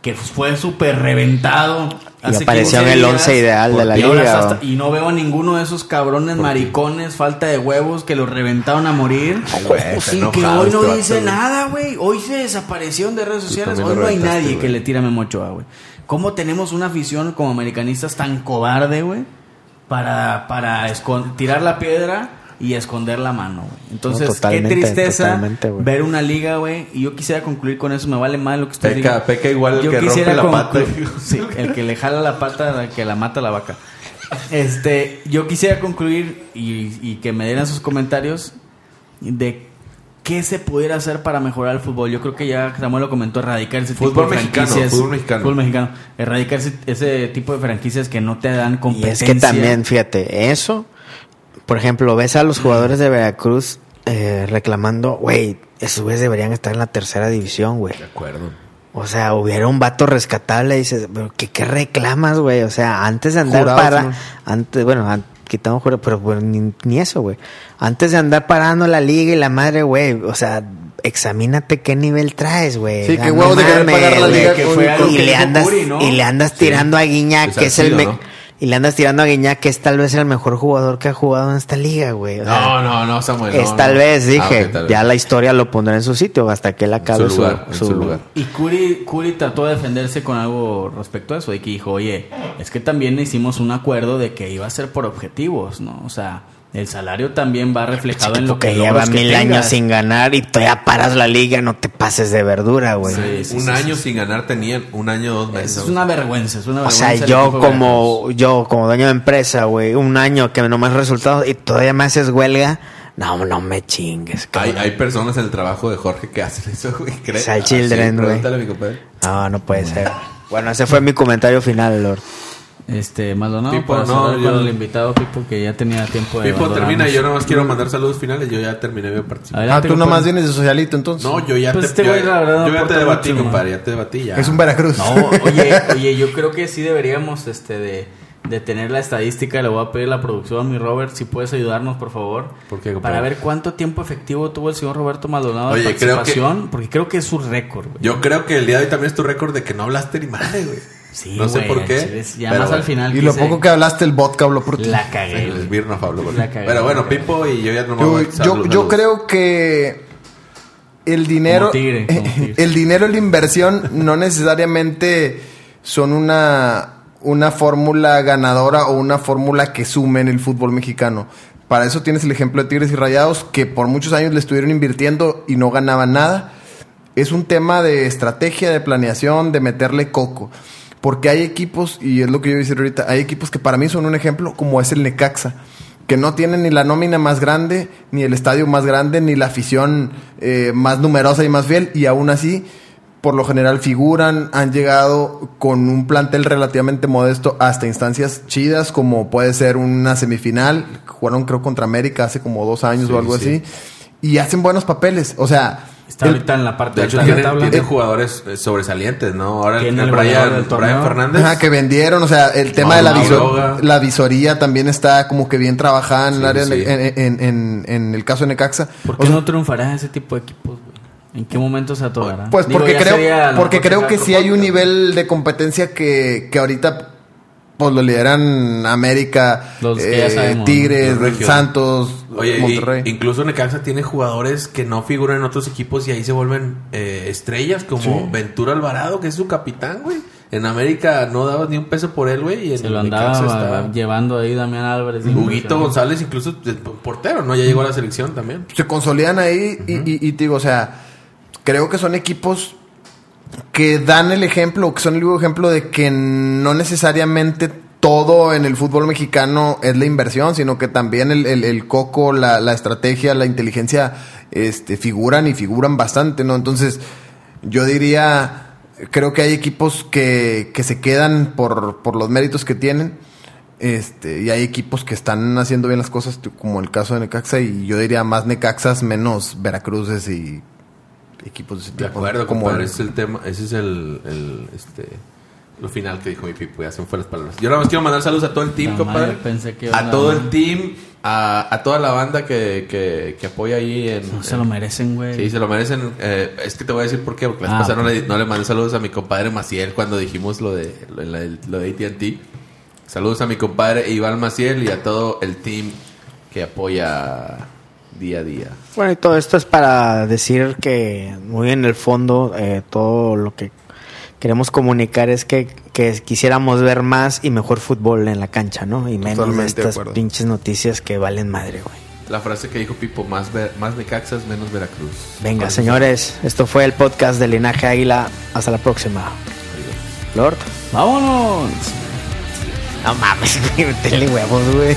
Que fue súper reventado.
Y
hace
apareció
15
en el
días.
once ideal de la
Y ahora
liga,
hasta-
o-
y no veo a ninguno de esos cabrones maricones, falta de huevos, que los reventaron a morir.
güey, está
y que
enojado
hoy
este
no
vato,
dice
güey.
nada, güey. Hoy se desapareció de redes sociales.
también
Hoy
lo
no hay
reventaste,
nadie
güey.
que le tira a Memo Ochoa, güey. ¿Cómo tenemos una afición como americanistas tan cobarde, güey? Para, para escon- tirar la piedra y esconder la mano, güey. Entonces,
No,
qué
totalmente,
tristeza
totalmente, güey.
ver una liga, güey. Y yo quisiera concluir con eso. Me vale mal lo que usted
Peca-
diga.
peca igual el que rompe
quisiera
la pata.
conclu- Sí, el que le jala la pata, el que la mata la vaca. Este, yo quisiera concluir y, y que me dieran sus comentarios de qué se pudiera hacer para mejorar el fútbol. Yo creo que ya Samuel lo comentó, erradicar ese tipo
Fútbol
de
mexicano,
franquicias.
fútbol mexicano.
Fútbol mexicano. Erradicar ese, ese tipo de franquicias que no te dan
Y es
competencia.
que también, fíjate, eso, por ejemplo, ves a los jugadores de Veracruz eh, reclamando, güey, esos güeyes deberían estar en la tercera división, güey.
De acuerdo.
O sea, hubiera un vato rescatable y dices, pero ¿qué, qué reclamas, güey? O sea, antes de andar
Jurados,
para...
¿no?
Antes, bueno, an- que quitaron juro, pero bueno, ni, ni eso, güey. Antes de andar parando la liga y la madre, güey, o sea, examínate qué nivel traes, güey.
Sí, qué
Ah,
huevos
no
de querer
mames,
pagar la
güey.
liga
que
con-
fue algo
con-
y
que
le
dijo
andas
Curi, ¿no?
y le andas tirando a Guiñac
Pues
que es el
así,
me-
¿no?
y le andas tirando a Guiñac que es tal vez el mejor jugador que ha jugado en esta liga güey O sea,
No, no, no, Samuel. no,
es tal
no.
vez dije
Ah, ok, tal
ya
vez.
la historia lo pondrá en su sitio hasta que él acabe
En su lugar, en su lugar.
Y Curi, Curi trató de defenderse con algo respecto a eso, de que dijo, oye, es que también hicimos un acuerdo de que iba a ser por objetivos, ¿no? O sea, el salario también va reflejado en lo que
que lleva
logros que
mil años
tengas.
sin ganar y todavía paras la liga no te pases de verdura güey
Sí, sí,
un
sí,
año sin ganar tenían, un año, dos meses.
Es una vergüenza, es una
O
vergüenza.
sea,
el
yo
equipo
como yo como dueño de empresa, güey, un año que no me has resultados y todavía me haces huelga, no, no me chingues.
hay,
cabrón.
hay personas en el trabajo de Jorge que hacen eso, güey. ¿crees?
Sal
Ah, sí,
Children, güey.
Pregúntale a mi compadre.
No, no puede ser. Bueno, ese fue mi comentario final, Lord.
Este, Maldonado,
Pipo,
para
no,
cerrar
yo-
con el invitado Pipo, que ya tenía tiempo de
Pipo termina,
abandonarnos.
yo nada más quiero mandar saludos finales. Yo ya terminé mi participación.
Ah,
Adelante,
tú nomás
compadre.
vienes de socialito entonces.
No, yo ya
Pues
te,
este
yo,
güey, la
yo
verdad,
ya te
aporta
debatí,
mucho,
compadre. Ya te debatí, ya.
es un Veracruz.
No, oye, oye, yo creo que sí deberíamos este de, de tener la estadística. Le voy a pedir a la producción a mi Robert si puedes ayudarnos, por favor.
¿Por qué, compadre?
Para ver cuánto tiempo efectivo tuvo el señor Roberto Maldonado de
Oye, creo que-
participación, porque creo que es su récord, güey.
Yo creo que el día de hoy también es tu récord de que no hablaste ni madre, güey.
Sí,
no sé
güey,
por
al
qué.
chile, Ya
pero
más al
bueno.
final
y lo
quise-
poco que hablaste, el vodka habló por ti.
la cagué.
El
güey.
Birna Pablo, güey.
La cagué,
Pero bueno,
la cagué.
Pipo y yo ya no me
Yo,
voy a
yo, yo creo que el dinero,
Como tigre, como tigre.
el dinero y la inversión no necesariamente son una, una fórmula ganadora o una fórmula que sume en el fútbol mexicano. Para eso tienes el ejemplo de Tigres y Rayados, que por muchos años le estuvieron invirtiendo y no ganaban nada. Es un tema de estrategia, de planeación, de meterle coco. Porque hay equipos, y es lo que yo iba a decir ahorita, hay equipos que para mí son un ejemplo, como es el Necaxa, que no tienen ni la nómina más grande, ni el estadio más grande, ni la afición eh, más numerosa y más fiel, y aún así, por lo general figuran, han llegado con un plantel relativamente modesto hasta instancias chidas, como puede ser una semifinal, jugaron creo contra América hace como dos años o algo así, y hacen buenos papeles, o sea...
Está
el-
ahorita en la parte
De hecho,
alta de la
tienen,
tabla.
tienen jugadores eh, sobresalientes, ¿no? Ahora el,
Tiene
el
el ganador
Brian,
del torneo.
Brian Fernández.
Ajá, que vendieron, o sea, el tema de la,
Mauro
visor-
Quiroga.
la visoría también está como que bien trabajada en el
Sí,
área,
sí.
En, en- en- en el caso de Necaxa.
¿Por
O
qué
sea,
no triunfará ese tipo de equipos, güey? ¿En qué momento se atorará?
Pues
Digo,
porque
ya sería a
creo,
lo
porque
mejor
creo que
sacar
sí hay un
otro.
nivel de competencia que, que ahorita pues lo lideran América,
Los que ya
eh,
sabemos, ¿no?
Tigres,
Los regios.
Santos,
Oye, y-
Monterrey.
incluso Necaxa tiene jugadores que no figuran en otros equipos y ahí se vuelven eh, estrellas, como Ventura Alvarado, que es su capitán, güey. En América no dabas ni un peso por él, güey. Y en
Se lo
el
andaba
Necaxa estaba.
llevando ahí Damián Álvarez.
Huguito González, incluso eh, portero, ¿no? Ya llegó a la selección también.
se consolidan ahí y- y, y te digo, o sea, creo que son equipos que dan el ejemplo, que son el vivo ejemplo de que no necesariamente todo en el fútbol mexicano es la inversión, sino que también el, el- el coco, la, la estrategia, la inteligencia, este, figuran y figuran bastante, ¿no? Entonces, yo diría, creo que hay equipos que, que se quedan por, por los méritos que tienen. Este, y hay equipos que están haciendo bien las cosas, tú- como el caso de Necaxa, y yo diría más Necaxas, menos Veracruces y equipos de ese
De
tipo.
acuerdo,
como
compadre. Ese es el tema, ese es el, el, este, lo final que dijo mi pipo, ya se me fueron las palabras. Yo nada más quiero mandar saludos a todo el team,
La madre,
compadre.
pensé que
a
iba
todo
a-
el team, a, a toda la banda que, que, que apoya ahí en...
No se lo merecen, güey.
Sí, se lo merecen. Eh, es que te voy a decir por qué, porque las
Ah,
pasadas no, le, no le mandé saludos a mi compadre Maciel cuando dijimos lo de, lo, de- lo de ATT. Saludos a mi compadre Iván Maciel y a todo el team que apoya día a día.
Bueno, y todo esto es para decir que muy en el fondo eh, todo lo que queremos comunicar es que, que quisiéramos ver más y mejor fútbol en la cancha, ¿no? Y menos
Totalmente de
estas
acuerdo.
pinches noticias que valen madre, güey.
La frase que dijo Pipo, más, ver, más Necaxas, menos Veracruz.
Venga,
Con-
señores, esto fue el podcast de Linaje Águila. Hasta la próxima. Lord.
¡Vámonos!
No mames, güey, métele huevos, güey.